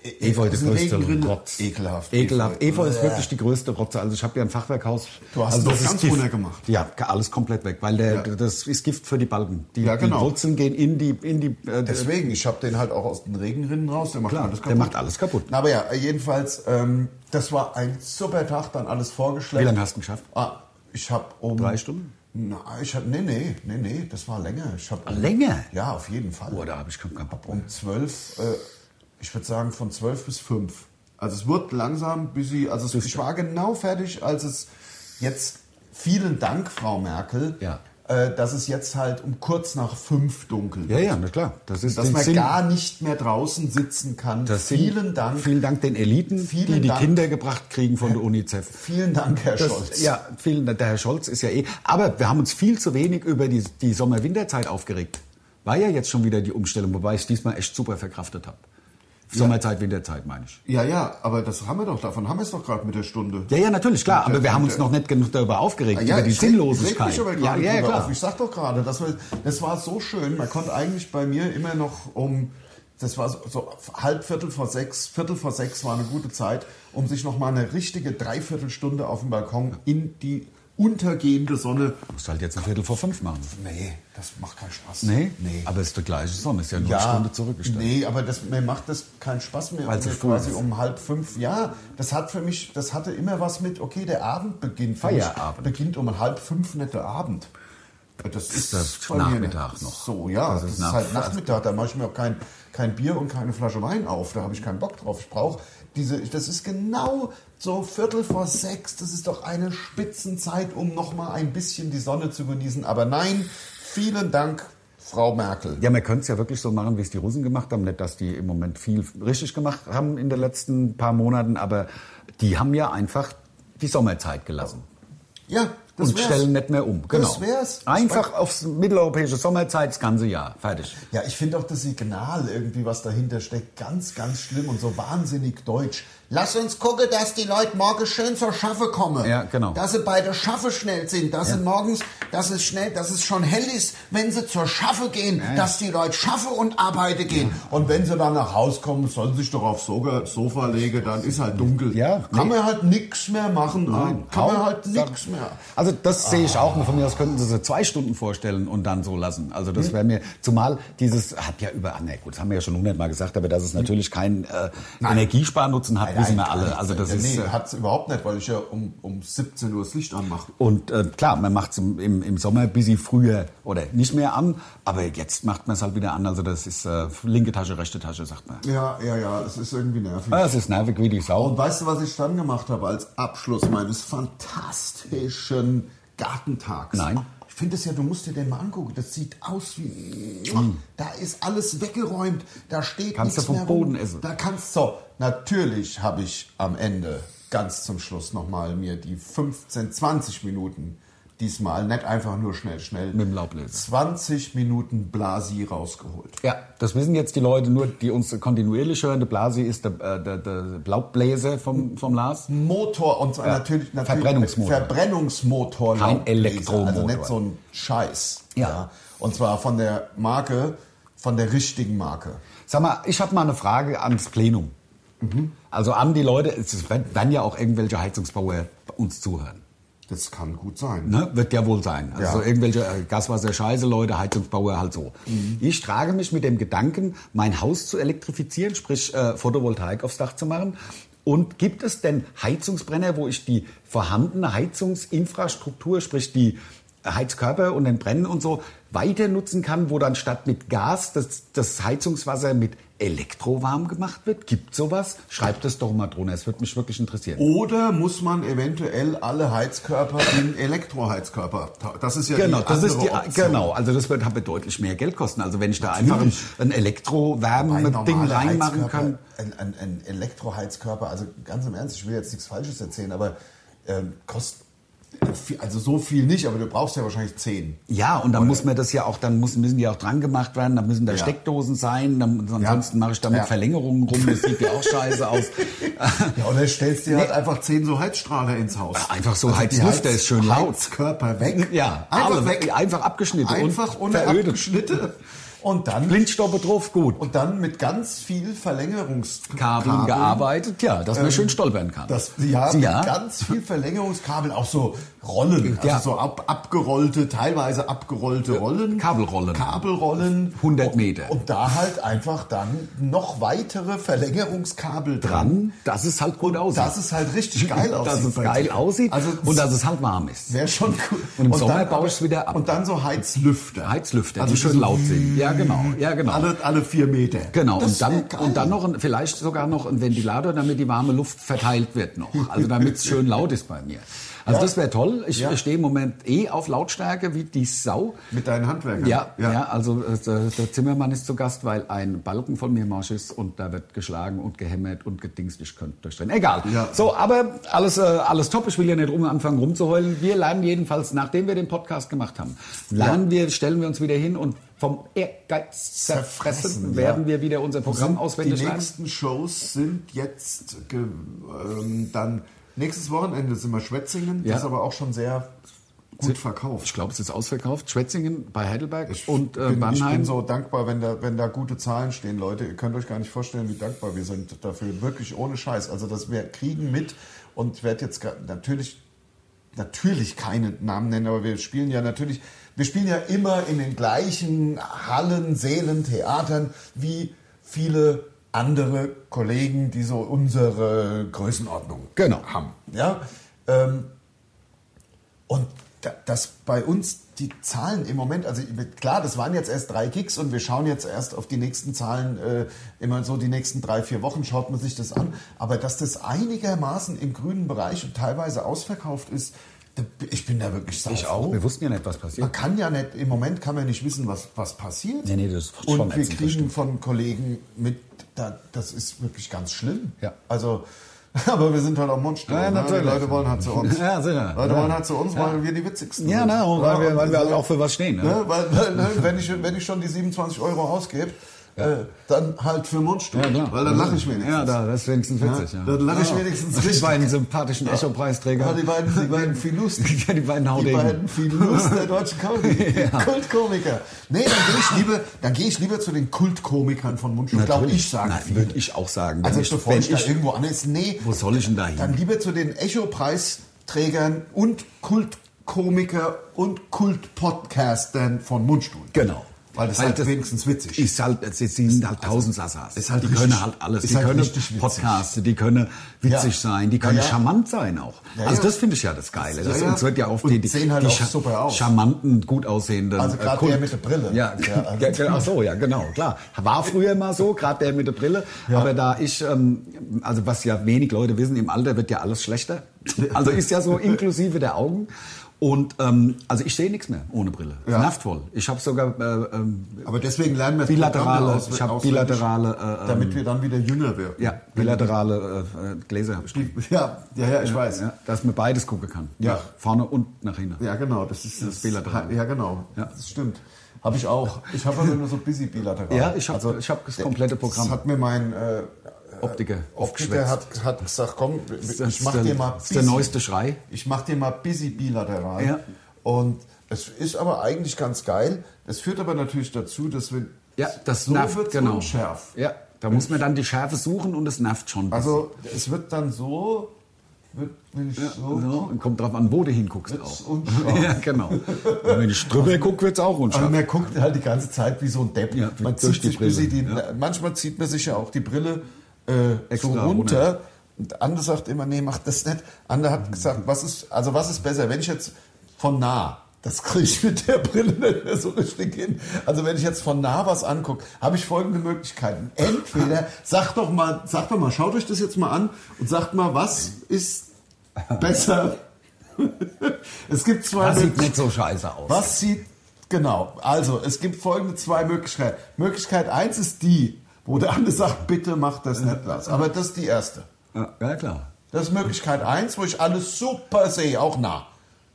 C: äh,
B: Efeu
C: aus
B: ist
C: dem
B: der größte
C: Regengrille-
B: Rotz.
C: Ekelhaft.
B: Ekelhaft. Efeu ist
C: Bäh.
B: wirklich die größte Rotze. Also ich habe ja ein Fachwerkhaus.
C: äh. Du hast
B: also
C: das ganz
B: Gift.
C: runtergemacht.
B: Ja, ka- alles komplett weg, weil der,
C: Ja.
B: das ist Gift für die Balken. Die,
C: Ja, genau.
B: die Wurzeln gehen in die in die. Äh,
C: Deswegen, ich habe den halt auch aus den Regenrinnen raus. Der macht
B: Klar,
C: alles
B: der
C: kaputt.
B: macht alles kaputt.
C: Na, aber ja, jedenfalls, ähm, das war ein super Tag, dann alles vorgeschleppt.
B: Wie lange hast du geschafft?
C: Ah, ich habe um...
B: Drei Stunden?
C: Na, ich hab, nee, nee, nee, nee, das war länger. Ich hab,
B: Ah, länger?
C: Ja, auf jeden Fall.
B: Boah, Oh, da habe ich keinen keinen Bock.
C: um 12, äh, ich würde sagen von 12 bis 5. Also es wird langsam, bis sie, also es, ich war genau fertig, als es jetzt, vielen Dank, Frau Merkel,
B: Ja.
C: äh, dass es jetzt halt um kurz nach 5 dunkel
B: Ja, ja, na klar. Das ist
C: dass
B: den
C: man
B: Sinn.
C: gar nicht mehr draußen sitzen kann.
B: das Sinn-
C: vielen Dank.
B: Vielen Dank den Eliten,
C: Vielen
B: die die
C: Dank.
B: Kinder gebracht kriegen von der UNICEF.
C: Vielen Dank, Herr
B: Das,
C: Scholz.
B: Ja, vielen Dank. Der Herr Scholz ist ja eh. Aber wir haben uns viel zu wenig über die, die Sommer-Winterzeit aufgeregt. War ja jetzt schon wieder die Umstellung, wobei ich es diesmal echt super verkraftet habe. Sommerzeit, Winterzeit meine ich.
C: ja, ja, aber das haben wir doch, davon haben wir es doch gerade mit der Stunde.
B: Ja, ja, natürlich, klar. Aber wir haben uns
C: Ja.
B: noch nicht genug darüber aufgeregt,
C: Ja,
B: über die
C: ich reg-
B: Sinnlosigkeit.
C: Ich, reg mich aber
B: ja,
C: gerade
B: ja, ja,
C: drüber
B: klar.
C: Auf. ich sag doch gerade, das war, das war so schön. Man konnte eigentlich bei mir immer noch um, das war so, so halb Viertel vor sechs, Viertel vor sechs war eine gute Zeit, um sich noch mal eine richtige Dreiviertelstunde auf dem Balkon in die untergehende Sonne.
B: Musst halt jetzt ein Viertel vor fünf machen.
C: Nee, das macht keinen Spaß.
B: Nee?
C: nee.
B: Aber es ist die gleiche Sonne, ist ja nur eine Stunde zurückgestellt.
C: Nee, aber das, mir macht das keinen Spaß mehr.
B: Weil
C: Und
B: zu
C: mir
B: früh
C: quasi
B: ist.
C: um halb fünf. Ja, das hat für mich, das hatte immer was mit, okay, der Abend beginnt. für
B: Feierabend.
C: Mich, beginnt um halb fünf nicht der Abend. Das ist,
B: das
C: bei mir
B: Nachmittag
C: nicht
B: noch.
C: So, ja, das ist,
B: nach-
C: halt Nachmittag. Da mache ich mir auch kein, kein Bier und keine Flasche Wein auf. Da habe ich keinen Bock drauf. Ich brauche diese, das ist genau so Viertel vor sechs. Das ist doch eine Spitzenzeit, um nochmal ein bisschen die Sonne zu genießen. Aber nein, vielen Dank, Frau Merkel.
B: Ja, man könnte es ja wirklich so machen, wie es die Russen gemacht haben. Nicht, dass die im Moment viel richtig gemacht haben in den letzten paar Monaten, aber die haben ja einfach die Sommerzeit gelassen.
C: Ja, Das
B: und
C: wär's.
B: stellen nicht mehr um. Genau.
C: Das wär's.
B: Einfach aufs mitteleuropäische Sommerzeit, das ganze Jahr. Fertig.
C: Ja, ich finde auch das Signal irgendwie, was dahinter steckt, ganz, ganz schlimm und so wahnsinnig deutsch. Lass uns gucken, dass die Leute morgen schön zur Schaffe kommen.
B: Ja, genau.
C: Dass sie bei der Schaffe schnell sind, dass sie morgens, dass es schnell, dass es schon hell ist, wenn sie zur Schaffe gehen, dass die Leute schaffe und arbeite gehen. Und wenn sie dann nach Haus kommen, sollen sie sich doch aufs Soga- Sofa legen, dann ist halt dunkel.
B: Ja,
C: Kann man halt nichts mehr machen. Nein. Kann man halt nichts mehr.
B: Also das sehe ich auch. Von mir aus könnten sie so zwei Stunden vorstellen und dann so lassen. Also das
C: Hm?
B: wäre mir, zumal dieses hat ja über, ah, nee, gut, das haben wir ja schon hundertmal gesagt, aber dass
C: Hm?
B: es natürlich keinen äh, Energiesparnutzen hat, wissen wir alle. Also das
C: nee,
B: ist, äh,
C: hat's überhaupt nicht, weil ich ja um, um 17 Uhr das Licht anmache.
B: und äh, klar, man macht es im, im, im Sommer ein bisschen früher oder nicht mehr an, aber jetzt macht man es halt wieder an. Also das ist äh, linke Tasche, rechte Tasche, sagt man.
C: Ja, ja, ja, es ist irgendwie nervig.
B: Ah, Das ist nervig wie die Sau.
C: Genau, Und weißt du, was ich dann gemacht habe als Abschluss meines fantastischen Gartentags?
B: Nein.
C: Ich finde es ja, du musst dir den mal angucken. Das sieht aus wie. Da ist alles weggeräumt. Da steht
B: Mm. Kannst
C: nichts
B: du vom
C: mehr rum.
B: Boden essen.
C: Da kannst so. Natürlich habe ich am Ende ganz zum Schluss nochmal mir die 15, 20 Minuten diesmal nicht einfach nur schnell, schnell.
B: Mit dem Laubbläser.
C: 20 Minuten Blasi rausgeholt.
B: Ja, das wissen jetzt die Leute nur, die uns kontinuierlich hören. Der Blasi ist der, äh, der, der Laubbläser vom, vom Lars.
C: Motor und zwar natürlich, natürlich
B: Verbrennungsmotor.
C: Verbrennungsmotor
B: Kein
C: Laubbläser, Also
B: Elektromotor.
C: nicht so ein Scheiß.
B: Ja.
C: Und zwar von der Marke, von der richtigen Marke.
B: Sag mal, ich habe mal eine Frage ans Plenum. Also an die Leute, es werden ja auch irgendwelche Heizungsbauer uns zuhören.
C: Das kann gut sein.
B: Ne? Wird ja wohl sein. Also
C: Ja.
B: irgendwelche äh, Gaswasser-Scheiße-Leute, Heizungsbauer halt so. Ich trage mich mit dem Gedanken, mein Haus zu elektrifizieren, sprich äh, Photovoltaik aufs Dach zu machen. Und gibt es denn Heizungsbrenner, wo ich die vorhandene Heizungsinfrastruktur, sprich die Heizkörper und den Brennen und so, weiter nutzen kann, wo dann statt mit Gas das, das Heizungswasser mit Elektro warm gemacht wird? Gibt sowas? Schreibt es doch mal drunter. Es würde mich wirklich interessieren.
C: Oder muss man eventuell alle Heizkörper in Elektroheizkörper? ta- Das ist ja
B: Genau,
C: die
B: das
C: andere
B: ist die,
C: Option.
B: genau. Also das wird aber deutlich mehr Geld kosten. Also wenn ich da
C: Natürlich.
B: einfach ein, ein
C: Ein
B: Elektrowärme-Ding
C: normaler
B: reinmachen
C: Heizkörper,
B: kann.
C: Ein, ein, ein Elektroheizkörper, also ganz im Ernst, ich will jetzt nichts Falsches erzählen, aber ähm, kostet, viel- also so viel nicht, aber du brauchst ja wahrscheinlich zehn.
B: Ja, und dann muss mir das ja auch, dann muss, müssen die auch dran gemacht werden, dann müssen da
C: Ja.
B: Steckdosen sein, dann, ansonsten mache ich damit
C: Ja.
B: Verlängerungen rum, das sieht ja auch scheiße aus.
C: Ja, oder stellst dir halt einfach zehn so Heizstrahler ins Haus.
B: Einfach so Heizlüfter ist schön laut.
C: Heizkörper weg.
B: Ja,
C: Also einfach
B: alle
C: weg.
B: Einfach abgeschnitten.
C: Einfach
B: und
C: ohne
B: verödet.
C: Abschnitte. Und dann,
B: Blindstoppe drauf, gut.
C: und dann mit ganz viel Verlängerungskabel
B: Kabeln gearbeitet, ja, dass man schön stolpern kann.
C: Ähm, Das, ja, mit
B: Ja.
C: ganz viel Verlängerungskabel, auch so Rollen, also
B: Ja.
C: so ab, abgerollte, teilweise abgerollte Rollen.
B: Kabelrollen.
C: Kabelrollen.
B: 100 Meter.
C: Und da halt einfach dann noch weitere Verlängerungskabel dran.
B: Dran, dass es halt gut aussieht.
C: Dass es halt richtig geil aussieht.
B: dass es
C: bei
B: geil
C: dir.
B: aussieht
C: Also,
B: und dass es halt warm ist.
C: Wäre schon cool.
B: Und im Sommer
C: dann-
B: baue ich's wieder ab.
C: Und dann so Heizlüfter.
B: Heizlüfter,
C: Also
B: die schön
C: so
B: laut sind. Ja, genau, ja, genau.
C: Alle, alle vier Meter.
B: Genau,
C: Das
B: und dann,
C: wär geil.
B: und dann noch ein, vielleicht sogar noch ein Ventilator, damit die warme Luft verteilt wird noch. Also damit es schön laut ist bei mir. Also das wäre toll. Ich
C: Ja.
B: stehe im Moment eh auf Lautstärke wie die Sau.
C: Mit deinen Handwerkern.
B: Ja, ja. also äh, der, der Zimmermann ist zu Gast, weil ein Balken von mir morsch ist und da wird geschlagen und gehämmert und gedingst. Ich könnte durchdrehen. Egal.
C: Ja.
B: So, aber alles, äh, alles top. Ich will ja nicht rum anfangen rumzuheulen. Wir lernen jedenfalls, nachdem wir den Podcast gemacht haben, lernen wir, stellen wir uns wieder hin und vom Ehrgeiz zerfressen
C: Zerfressen,
B: werden wir wieder unser Programm auswendig
C: Die
B: lernen.
C: nächsten Shows sind jetzt ge- ähm, dann nächstes Wochenende sind wir Schwetzingen.
B: Ja.
C: Das ist aber auch schon sehr gut verkauft.
B: Ich glaube, es ist ausverkauft. Schwetzingen bei Heidelberg
C: Ich
B: und äh,
C: bin, ich
B: Mannheim.
C: bin so dankbar, wenn da, wenn da gute Zahlen stehen, Leute. Ihr könnt euch gar nicht vorstellen, wie dankbar wir sind dafür. Wirklich ohne Scheiß. Also, dass wir kriegen mit und werde jetzt gra- natürlich, natürlich keine Namen nennen, aber wir spielen ja natürlich, wir spielen ja immer in den gleichen Hallen, Sälen, Theatern wie viele andere Kollegen, die so unsere Größenordnung
B: Genau.
C: haben. Ja. Ähm, und da, dass bei uns die Zahlen im Moment, also klar, das waren jetzt erst drei Gigs und wir schauen jetzt erst auf die nächsten Zahlen, äh, immer so die nächsten drei, vier Wochen schaut man sich das an, aber dass das einigermaßen im grünen Bereich und teilweise ausverkauft ist, da- ich bin da wirklich sauer.
B: Wir wussten ja nicht, was passiert.
C: Man kann ja nicht, im Moment kann man nicht wissen, was, was passiert.
B: Nee, nee, das ist schon
C: Und wir
B: ätzend, das
C: kriegen
B: stimmt.
C: von Kollegen mit, da, das ist wirklich ganz schlimm.
B: Ja.
C: Also Aber wir sind halt auch Monster.
B: Ja, natürlich.
C: Die Leute wollen halt zu uns.
B: Ja, sicher.
C: Leute
B: Ja.
C: wollen halt zu uns, weil wir die witzigsten
B: Ja,
C: sind.
B: na, und weil wir, weil wir
C: und-
B: halt auch für was stehen. Ne?
C: Ne? Weil, weil ne, wenn, ich, wenn ich schon die 27 Euro ausgebe, äh, dann halt für Mundstuhl.
B: Ja, klar. Also,
C: Weil dann lache ich wenigstens.
B: Ja, da, das ist wenigstens witzig.
C: Ja,
B: Ja, Also
C: dann lache ich wenigstens
B: Die
C: richtig.
B: beiden sympathischen Echo-Preisträger.
C: Ja, die beiden, die beiden Filus.
B: Ja, die beiden
C: Die
B: Haudegen.
C: beiden Filus der deutschen Comedy. Kultkomiker. Nee, dann gehe ich lieber, dann gehe ich lieber zu den Kultkomikern von Mundstuhl. Glaube ich, sagen
B: Nein,
C: viele.
B: Würde ich auch sagen. Wenn
C: Also
B: ich,
C: bevor
B: wenn
C: ich da
B: ich,
C: irgendwo an ist, nee.
B: wo soll ich denn da hin?
C: Dann lieber zu den Echo-Preisträgern und Kultkomiker und Kultpodcastern von Mundstuhl.
B: Genau.
C: Weil das
B: Weil
C: halt
B: das
C: wenigstens witzig.
B: Ist halt, es- sie sind halt tausend Sassas.
C: ist halt
B: die
C: richtig-
B: können halt alles.
C: ist
B: Die
C: halt
B: können
C: richtig witzig.
B: Podcasts, die können witzig
C: Ja.
B: sein, die können
C: Ja, ja.
B: charmant sein auch.
C: Ja,
B: also
C: ja.
B: das finde ich ja das Geile. Das,
C: Ja, ja.
B: Uns wird ja oft
C: Und
B: die, die,
C: sehen halt
B: die
C: auch super aus.
B: charmanten, gut aussehenden.
C: Also gerade
B: Kult-
C: der mit der Brille.
B: Ja,
C: Ja, also-
B: ja, genau, ach so, ja, genau, klar. War früher mal so, gerade der mit der Brille. Aber da ich, ähm, also was ja wenig Leute wissen, im Alter wird ja alles schlechter. Also ist ja so inklusive der Augen. Und ähm, also ich sehe nichts mehr ohne Brille.
C: Ja.
B: Nervt voll. Ich habe sogar äh, ähm,
C: Aber deswegen lernen wir das Programm
B: bilaterale,
C: aus-
B: ich habe
C: auswendig,
B: bilaterale, äh, ähm,
C: Damit wir dann wieder jünger werden.
B: ja, bilaterale äh, äh, Gläser.
C: Ja, ja, ja, ich weiß.
B: Ja, dass man beides gucken kann.
C: Ja.
B: Nach vorne und nach hinten.
C: Ja, genau, das ist das.
B: bilateral.
C: Ja, genau,
B: Ja.
C: das stimmt. Habe ich auch. Ich habe aber nur so busy bilateral.
B: Ja, ich hab- ich hab das komplette Programm.
C: Das hat mir mein äh,
B: Optiker.
C: Optiker hat, hat gesagt, komm,
B: Das
C: ich
B: ist
C: mach
B: der,
C: dir mal
B: das ist der neueste Schrei.
C: Ich mach dir mal busy bilateral.
B: Ja.
C: Und es ist aber eigentlich ganz geil. Es führt aber natürlich dazu, dass wir
B: Ja, das
C: so
B: nervt,
C: wird's
B: genau.
C: unschärf.
B: Ja, da muss man dann die Schärfe suchen und es nervt schon. ein
C: Also es wird dann so, wird, wenn ich
B: bisschen.
C: so,
B: so, und kommt drauf an, wo du hinguckst
C: wird's
B: auch.
C: unscharf.
B: Ja, genau. Und wenn ich drüber gucke, wird es auch
C: Also
B: unscharf.
C: man guckt halt die ganze Zeit wie so ein Depp.
B: Ja,
C: man
B: durch
C: zieht
B: die
C: sich bis sie
B: Brille,
C: die,
B: ja.
C: Manchmal zieht man sich ja auch die Brille äh, so
B: Extra
C: runter. Und Ander sagt immer, nee, mach das nicht. Ander hat gesagt, was ist, also was ist besser, wenn ich jetzt von nah, das kriege ich mit der Brille nicht mehr so richtig hin. Also wenn ich jetzt von nah was angucke, habe ich folgende Möglichkeiten. Entweder sagt doch mal, sagt doch mal, schaut euch das jetzt mal an und sagt mal, was ist besser? es gibt zwei
B: Das sieht
C: Möglichkeiten.
B: nicht so scheiße aus.
C: also, Was sieht. Genau. Also, es gibt folgende zwei Möglichkeiten. Möglichkeit eins ist die, wo der andere sagt, bitte mach das nicht Lars. Aber das ist die erste.
B: Ja, ja, klar.
C: Das ist Möglichkeit eins, wo ich alles super sehe, auch nah.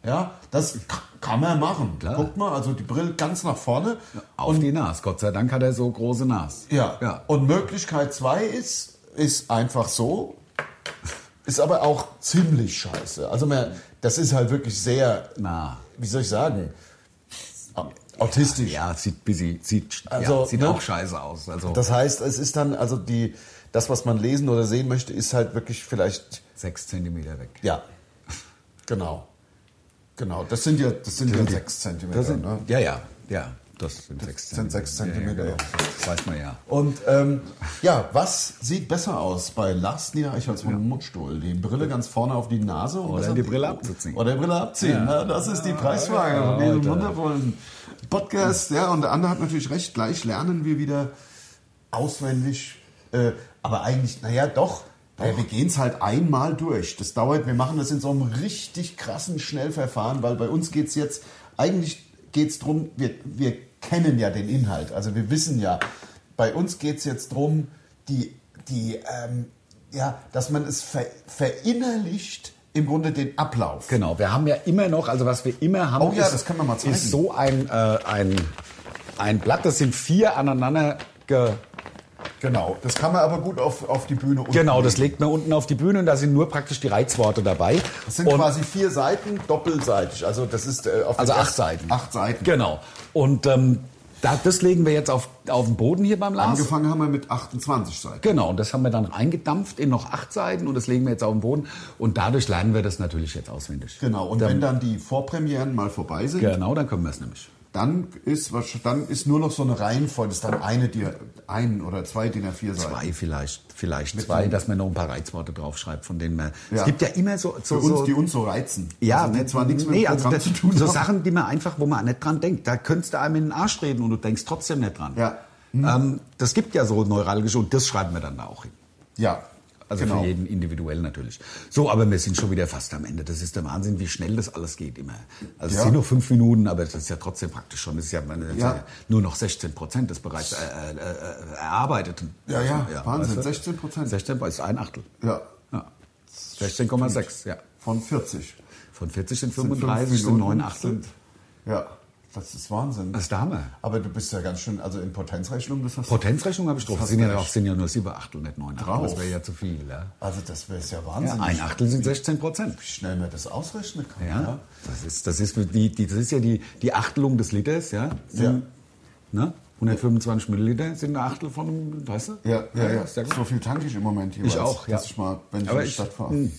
C: Ja, das k- kann man machen.
B: Klar.
C: Guck mal, also die Brille ganz nach vorne.
B: Auf die Nase. Gott sei Dank hat er so große Nase.
C: Ja.
B: ja.
C: Und Möglichkeit zwei ist, ist einfach so. Ist aber auch ziemlich scheiße. Also, man, das ist halt wirklich sehr,
B: Na.
C: wie soll ich sagen, autistisch.
B: Ja, sieht, busy, sieht, ja,
C: Also,
B: sieht
C: ne?
B: auch scheiße aus. Also
C: Das heißt, es ist dann, also die, das, was man lesen oder sehen möchte, ist halt wirklich vielleicht,
B: sechs Zentimeter weg.
C: ja, genau. Genau, das sind ja, das sind ja sechs Zentimeter. ne?
B: Ja, ja, ja. Das sind sechs
C: sind sechs Zentimeter,
B: Ja, ja, genau. Das weiß man ja.
C: Und ähm, ja, was sieht besser aus bei Lars Niedereichholz von Mundstuhl? Die Brille ganz vorne auf die Nase und
B: Oder
C: was
B: die
C: hat-
B: Brille abzuziehen.
C: Oder die Brille abziehen. ne? das ist die Preisfrage von diesem wundervollen Podcast. Ja, und der andere hat natürlich recht. Gleich lernen wir wieder auswendig. Äh, aber eigentlich, naja, doch. Äh, wir gehen es halt einmal durch. Das dauert, wir machen das in so einem richtig krassen Schnellverfahren, weil bei uns geht es jetzt, eigentlich geht es darum, wir, wir kennen ja den Inhalt. Also wir wissen ja, bei uns geht es jetzt darum, die, die, ähm, ja, dass man es ver, verinnerlicht, im Grunde den Ablauf.
B: Genau, wir haben ja immer noch, also was wir immer haben,
C: Oh ja, das können wir mal zeigen.
B: ist so ein, äh, ein, ein Blatt, das sind vier aneinander ge
C: Genau. Das kann man aber gut auf, auf die Bühne unten
B: Genau,
C: legen.
B: das legt man unten auf die Bühne und da sind nur praktisch die Reizworte dabei.
C: Das sind
B: und,
C: quasi vier Seiten, doppelseitig. Also das ist äh, auf
B: also
C: den
B: acht
C: ersten-
B: Seiten.
C: Acht Seiten.
B: Genau. Und ähm, da, das legen wir jetzt auf, auf den Boden hier beim Lars.
C: Angefangen haben wir mit 28 Seiten.
B: Genau, und das haben wir dann eingedampft in noch acht Seiten und das legen wir jetzt auf den Boden. Und dadurch lernen wir das natürlich jetzt auswendig.
C: Genau, und wenn dann die Vorpremieren mal vorbei sind,
B: Genau, dann können wir es nämlich.
C: dann, ist, wahrsch- dann ist nur noch so eine Reihenfolge, ist dann eine, die, ein oder zwei DIN A4 Seiten.
B: Zwei vielleicht, vielleicht zwei, dass man noch ein paar Reizworte draufschreibt, von denen man...
C: Ja.
B: Es gibt ja immer so... so
C: Für uns,
B: so,
C: die uns so reizen.
B: ja,
C: also, die zwar nichts mit
B: nee,
C: dem
B: also
C: Programm
B: das,
C: zu tun
B: so
C: haben.
B: Sachen, die man einfach, wo man nicht dran denkt. Da könntest du einem in den Arsch treten und du denkst trotzdem nicht dran.
C: Ja. Hm.
B: Ähm, das gibt ja so neuralgische und das schreiben wir dann da auch hin.
C: Ja,
B: Also
C: genau.
B: für jeden individuell natürlich. So, aber wir sind schon wieder fast am Ende. Das ist der Wahnsinn, wie schnell das alles geht immer. Also
C: Ja.
B: es sind nur fünf Minuten, aber das ist ja trotzdem praktisch schon. Das ist ja, meine, das
C: Ja.
B: Ist ja nur noch 16 Prozent des bereits äh, äh, äh, Erarbeiteten.
C: Ja, ja, Wahnsinn,
B: weißt du?
C: 16%.
B: 16 ist ein Achtel.
C: Ja.
B: Ja. 16,6, ja.
C: von 40.
B: Von 40 sind
C: Das sind fünf
B: 35, sind
C: Minuten,
B: 9 Achtel.
C: sind- Ja, das ist Wahnsinn.
B: Das ist der Hammer.
C: Aber du bist ja ganz schön, also in Potenzrechnung, das hast du-
B: Potenzrechnung habe ich drauf.
C: Das
B: Das sind ja,
C: hast du
B: drauf, sind ja nur 7 Achtel, nicht 9 Achtel.
C: Drauf.
B: Das wäre ja zu viel. Ja.
C: Also das wäre ja
B: Ja,
C: Wahnsinn.
B: ein Achtel sind 16 Prozent.
C: Wie schnell man das ausrechnen kann.
B: Ja, das ist, das ist, die, die, das ist ja die, die Achtelung des Liters. Ja,
C: Ja.
B: sind, Ne? 125 Milliliter sind eine Achtel von einem, weißt du?
C: Ja, ja, ja.
B: ist ja
C: So
B: gut.
C: viel tanke ich im Moment jeweils.
B: auch, ja.
C: Dass ich mal, wenn ich
B: Aber
C: in die
B: ich- Hm.
C: Stadt fahre.
B: mh.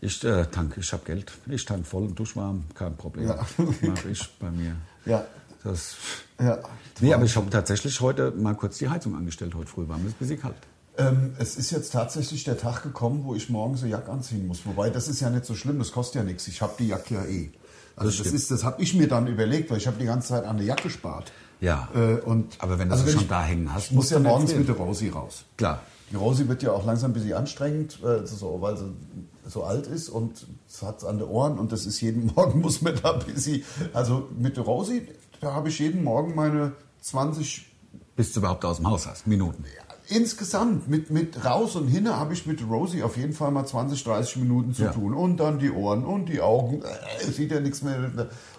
B: Ich äh, tank, ich habe Geld. Ich tank voll und dusch warm, kein Problem.
C: Ja.
B: Mach ich bei mir.
C: Ja.
B: Das,
C: Ja.
B: nee, aber ich habe tatsächlich heute mal kurz die Heizung angestellt. Heute früh war mir das bisschen kalt.
C: Ähm, es ist jetzt tatsächlich der Tag gekommen, wo ich morgen so Jack anziehen muss. Wobei, das ist ja nicht so schlimm, das kostet ja nichts. Ich habe die Jacke ja eh. Also das,
B: stimmt.
C: ist, das habe ich mir dann überlegt, weil ich habe die ganze Zeit an der Jacke gespart.
B: Ja.
C: Äh, und
B: Aber wenn du sie schon
C: ich-
B: da hängen hast,
C: ich muss
B: musst
C: ja
B: du nicht
C: morgens
B: sehen.
C: mit der Rosi raus.
B: Klar.
C: Die Rosi wird ja auch langsam ein bisschen anstrengend, äh, so, weil sie so alt ist und hat es an den Ohren und das ist jeden Morgen muss man da ein bisschen. Also mit der Rosi, da habe ich jeden Morgen meine 20
B: Bis du überhaupt aus dem Haus hast. Minuten.
C: insgesamt mit, mit raus und hinne habe ich mit Rosie auf jeden Fall mal 20, 30 Minuten zu
B: Ja.
C: tun. Und dann die Ohren und die Augen. Äh, sieht ja nichts mehr.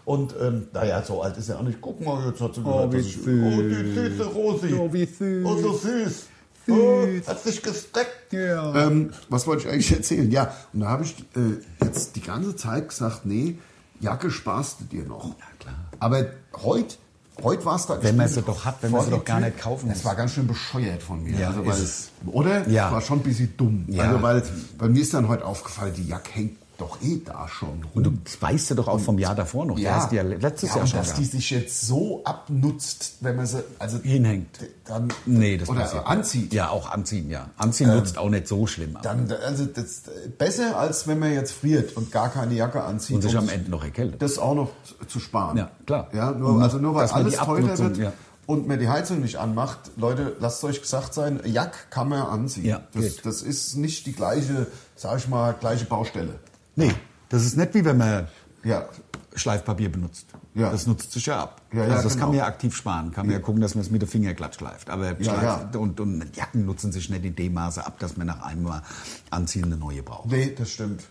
C: Und ähm, naja, so alt ist er auch nicht. Guck mal, jetzt hat sie gehört,
B: wie
C: dass ich,
B: süß.
C: oh, die süße Rosi.
B: Oh, wie süß.
C: Oh, so süß. Oh, hat sich gestreckt.
B: Ja.
C: Ähm, was wollte ich eigentlich erzählen? Ja, und da habe ich äh, jetzt die ganze Zeit gesagt, nee, Jacke sparst du dir noch. Ja,
B: klar.
C: Aber heute... Heute war es da
B: Wenn man
C: ich bin
B: sie doch hat, wenn man
C: vor
B: sie doch
C: die
B: gar
C: Tür.
B: nicht kaufen
C: Das
B: muss.
C: war ganz schön bescheuert von mir.
B: Ja,
C: also,
B: ist
C: weil,
B: es.
C: Oder?
B: Ja.
C: Das war schon ein bisschen dumm.
B: Ja.
C: Also, weil bei mir ist dann heute aufgefallen, die Jacke hängt doch eh da schon rum.
B: Und du das weißt ja doch auch vom Jahr davor noch. Der hast du ja letztes
C: Ja,
B: Jahr
C: und
B: schon
C: dass
B: gehabt.
C: die sich jetzt so abnutzt, wenn man sie also
B: Hinhängt.
C: Dann,
B: Nee, das
C: oder
B: passiert.
C: anzieht. Ähm,
B: Ja, auch anziehen, ja. Anziehen nutzt auch nicht so schlimm. ab.
C: Dann, also das, besser als wenn man jetzt friert und gar keine Jacke anzieht.
B: und sich am Ende noch erkältet.
C: das auch noch zu sparen.
B: Ja, klar.
C: Ja, nur, also nur weil
B: Dass man die
C: alles teurer
B: Abnutzung,
C: wird
B: ja.
C: und man die Heizung nicht anmacht, Leute, lasst euch gesagt sein, Jack kann man anziehen.
B: Ja,
C: das,
B: geht.
C: das ist nicht die gleiche, sag ich mal, gleiche Baustelle.
B: nee, das ist nicht wie wenn man
C: Ja,
B: Schleifpapier benutzt.
C: Ja.
B: Das nutzt sich ja ab.
C: Ja, ja,
B: also das
C: genau.
B: kann man ja aktiv sparen, kann man ja, gucken, dass man es mit der Finger glatt schleift. Aber Schleif-
C: ja.
B: Und, und Jacken nutzen sich nicht in dem Maße ab, dass man nach einem Mal anziehen eine neue braucht.
C: nee, das stimmt.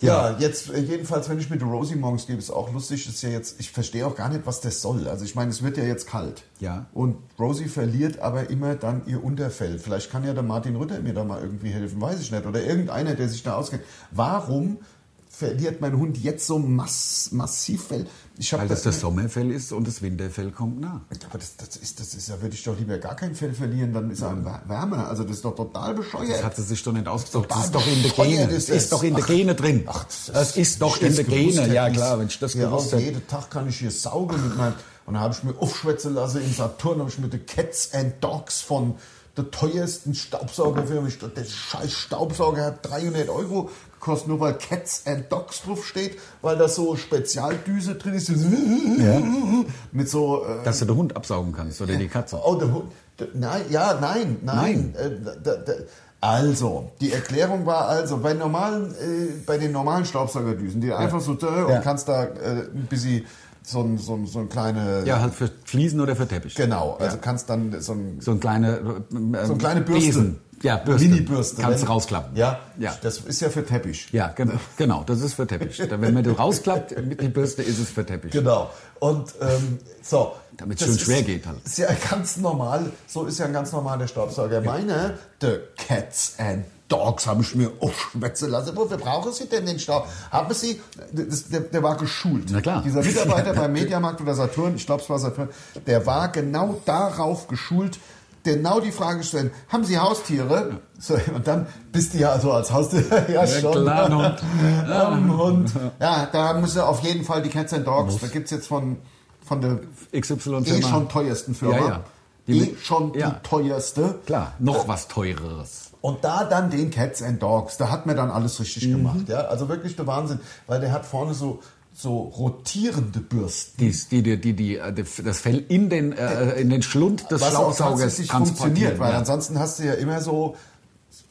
C: Ja,
B: Ja.
C: jetzt äh, jedenfalls, wenn ich mit der Rosie morgens gehe, ist auch lustig. Ist ja jetzt, ich verstehe auch gar nicht, was das soll. Also ich meine, es wird ja jetzt kalt.
B: Ja.
C: Und Rosie verliert aber immer dann ihr Unterfell. Vielleicht kann ja der Martin Rütter mir da mal irgendwie helfen, weiß ich nicht. Oder irgendeiner, der sich da auskennt. Warum verliert mein Hund jetzt so mass massiv Fell? Ich habe
B: Weil das das Sommerfell ist und das Winterfell kommt nach.
C: aber das, das ist, das ist, da würde ich doch lieber gar kein Fell verlieren, dann ist er ein Wär- wärmer. Also das ist doch total bescheuert.
B: Das hat sie sich doch nicht ausgesucht. Das
C: Total
B: ist doch in der
C: bescheuert
B: Gene.
C: ist
B: Das
C: das.
B: ist doch in der
C: Ach.
B: Gene drin.
C: Ach,
B: das,
C: das
B: ist doch in der Gene. Ja, klar, wenn ich das gewusst
C: hätte.
B: hätte.
C: Jeden Tag kann ich hier saugen mit meinem. Und dann habe ich mir aufschwätzen lassen im Saturn, habe ich mir die Cats and Dogs von der teuersten Staubsaugerfirma, ich dachte, der scheiß Staubsauger hat 300 Euro gekostet, nur weil Cats and Dogs draufsteht, weil da so Spezialdüse drin ist, mit so äh,
B: Dass du den Hund absaugen kannst oder die Katze.
C: Oh, der Hund. Der, nein, ja, nein, nein. Äh, da, da, also, die Erklärung war also, bei, normalen, äh, bei den normalen Staubsaugerdüsen, die einfach so dö, und
B: Ja.
C: kannst da äh, ein bisschen so ein, so ein, so ein kleine.
B: Ja, halt für Fliesen oder für Teppich.
C: Genau, also kannst dann so ein.
B: So ein kleine, ähm,
C: So eine kleine Bürste.
B: Besen. Ja, Bürste.
C: Mini-Bürste.
B: Kannst
C: wenn-
B: rausklappen.
C: Ja,
B: Ja.
C: das ist ja für Teppich.
B: Ja, gen genau, das ist für Teppich. Da- Wenn man das rausklappt mit die Bürste, ist es für Teppich.
C: Genau. Und ähm, so.
B: Damit's
C: Das
B: schön
C: ist-
B: schwer geht halt.
C: Ist ja ganz normal. So ist ja ein ganz normaler Staubsauger. Meine, The Cats and Dogs haben ich mir aufschwätzen lassen. Wofür brauchen Sie denn den Staub? Haben Sie, das, der, der war geschult.
B: Na klar.
C: Dieser Mitarbeiter beim Mediamarkt oder Saturn, ich glaube es war Saturn, der war genau darauf geschult, genau die Frage zu stellen, haben Sie Haustiere? So, und dann bist du ja also als Haustier, ja,
B: Ja,
C: schon.
B: klar, ein Hund.
C: Am Hund. Ja, da muss er auf jeden Fall die Cats and Dogs. Da gibt es jetzt von, von der
B: XY
C: eh
B: Firma.
C: schon teuersten Firma.
B: Ja, ja.
C: Die
B: Die
C: eh
B: mit-
C: schon
B: ja.
C: die teuerste.
B: Klar, noch was teureres.
C: Und da dann den Cats and Dogs. Da hat man dann alles
B: Mhm.
C: richtig gemacht. Ja, also wirklich der Wahnsinn. Weil der hat vorne so, so rotierende Bürsten.
B: Die, die, die, die, die, äh, das Fell in den, äh, in den Schlund des
C: Was auch
B: Staubsaugers
C: tatsächlich
B: transportiert.
C: funktioniert. Weil
B: ja.
C: ansonsten hast du ja immer so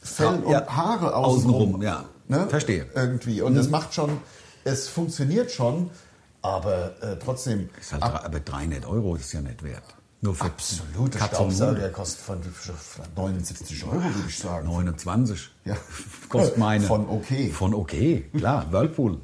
C: Fell
B: Ja.
C: und Haare außenrum. ne?
B: Außenrum, ja. Verstehe. Mhm.
C: Irgendwie. Und das macht schon, es funktioniert schon. Aber äh, trotzdem,
B: Ist halt, drei- aber 300 Euro ist ja nicht wert. Nur für
C: absolute
B: Katze und
C: Staubsauger
B: Hunde.
C: kostet von 79 Euro, würde ich sagen.
B: 29.
C: Ja.
B: Kostet meine.
C: Von okay.
B: Von okay, klar. Whirlpool.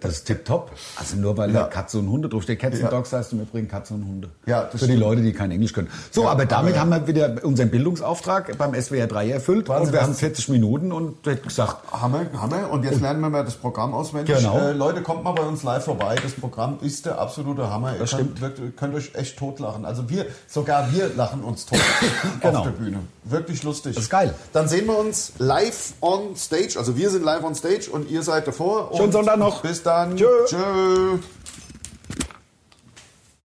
B: Das ist tipptopp. Also nur weil
C: Ja.
B: da Katze und Hunde draufsteht. Cats
C: Ja.
B: and Dogs heißt im Übrigen Katze und Hunde.
C: Ja, das
B: Für die
C: stimmt.
B: Leute, die kein Englisch können. So,
C: Ja,
B: aber damit
C: aber-
B: haben wir wieder unseren Bildungsauftrag beim SWR 3 erfüllt.
C: Wahnsinn,
B: und wir
C: was-
B: haben 40 Minuten und hätten gesagt,
C: Hammer, Hammer. Und jetzt lernen wir mal das Programm auswendig.
B: Genau.
C: Äh, Leute, kommt mal bei uns live vorbei. Das Programm ist der absolute Hammer. Das ihr könnt, wirklich, könnt euch echt totlachen. Also wir, sogar wir lachen uns tot
B: Genau.
C: auf der Bühne. Wirklich lustig.
B: Das ist geil.
C: Dann sehen wir uns live on stage. Also wir sind live on stage und ihr seid davor.
B: Schönen
C: Und
B: Sonntag noch.
C: Bis dann.
B: Tschö.
C: Tschö.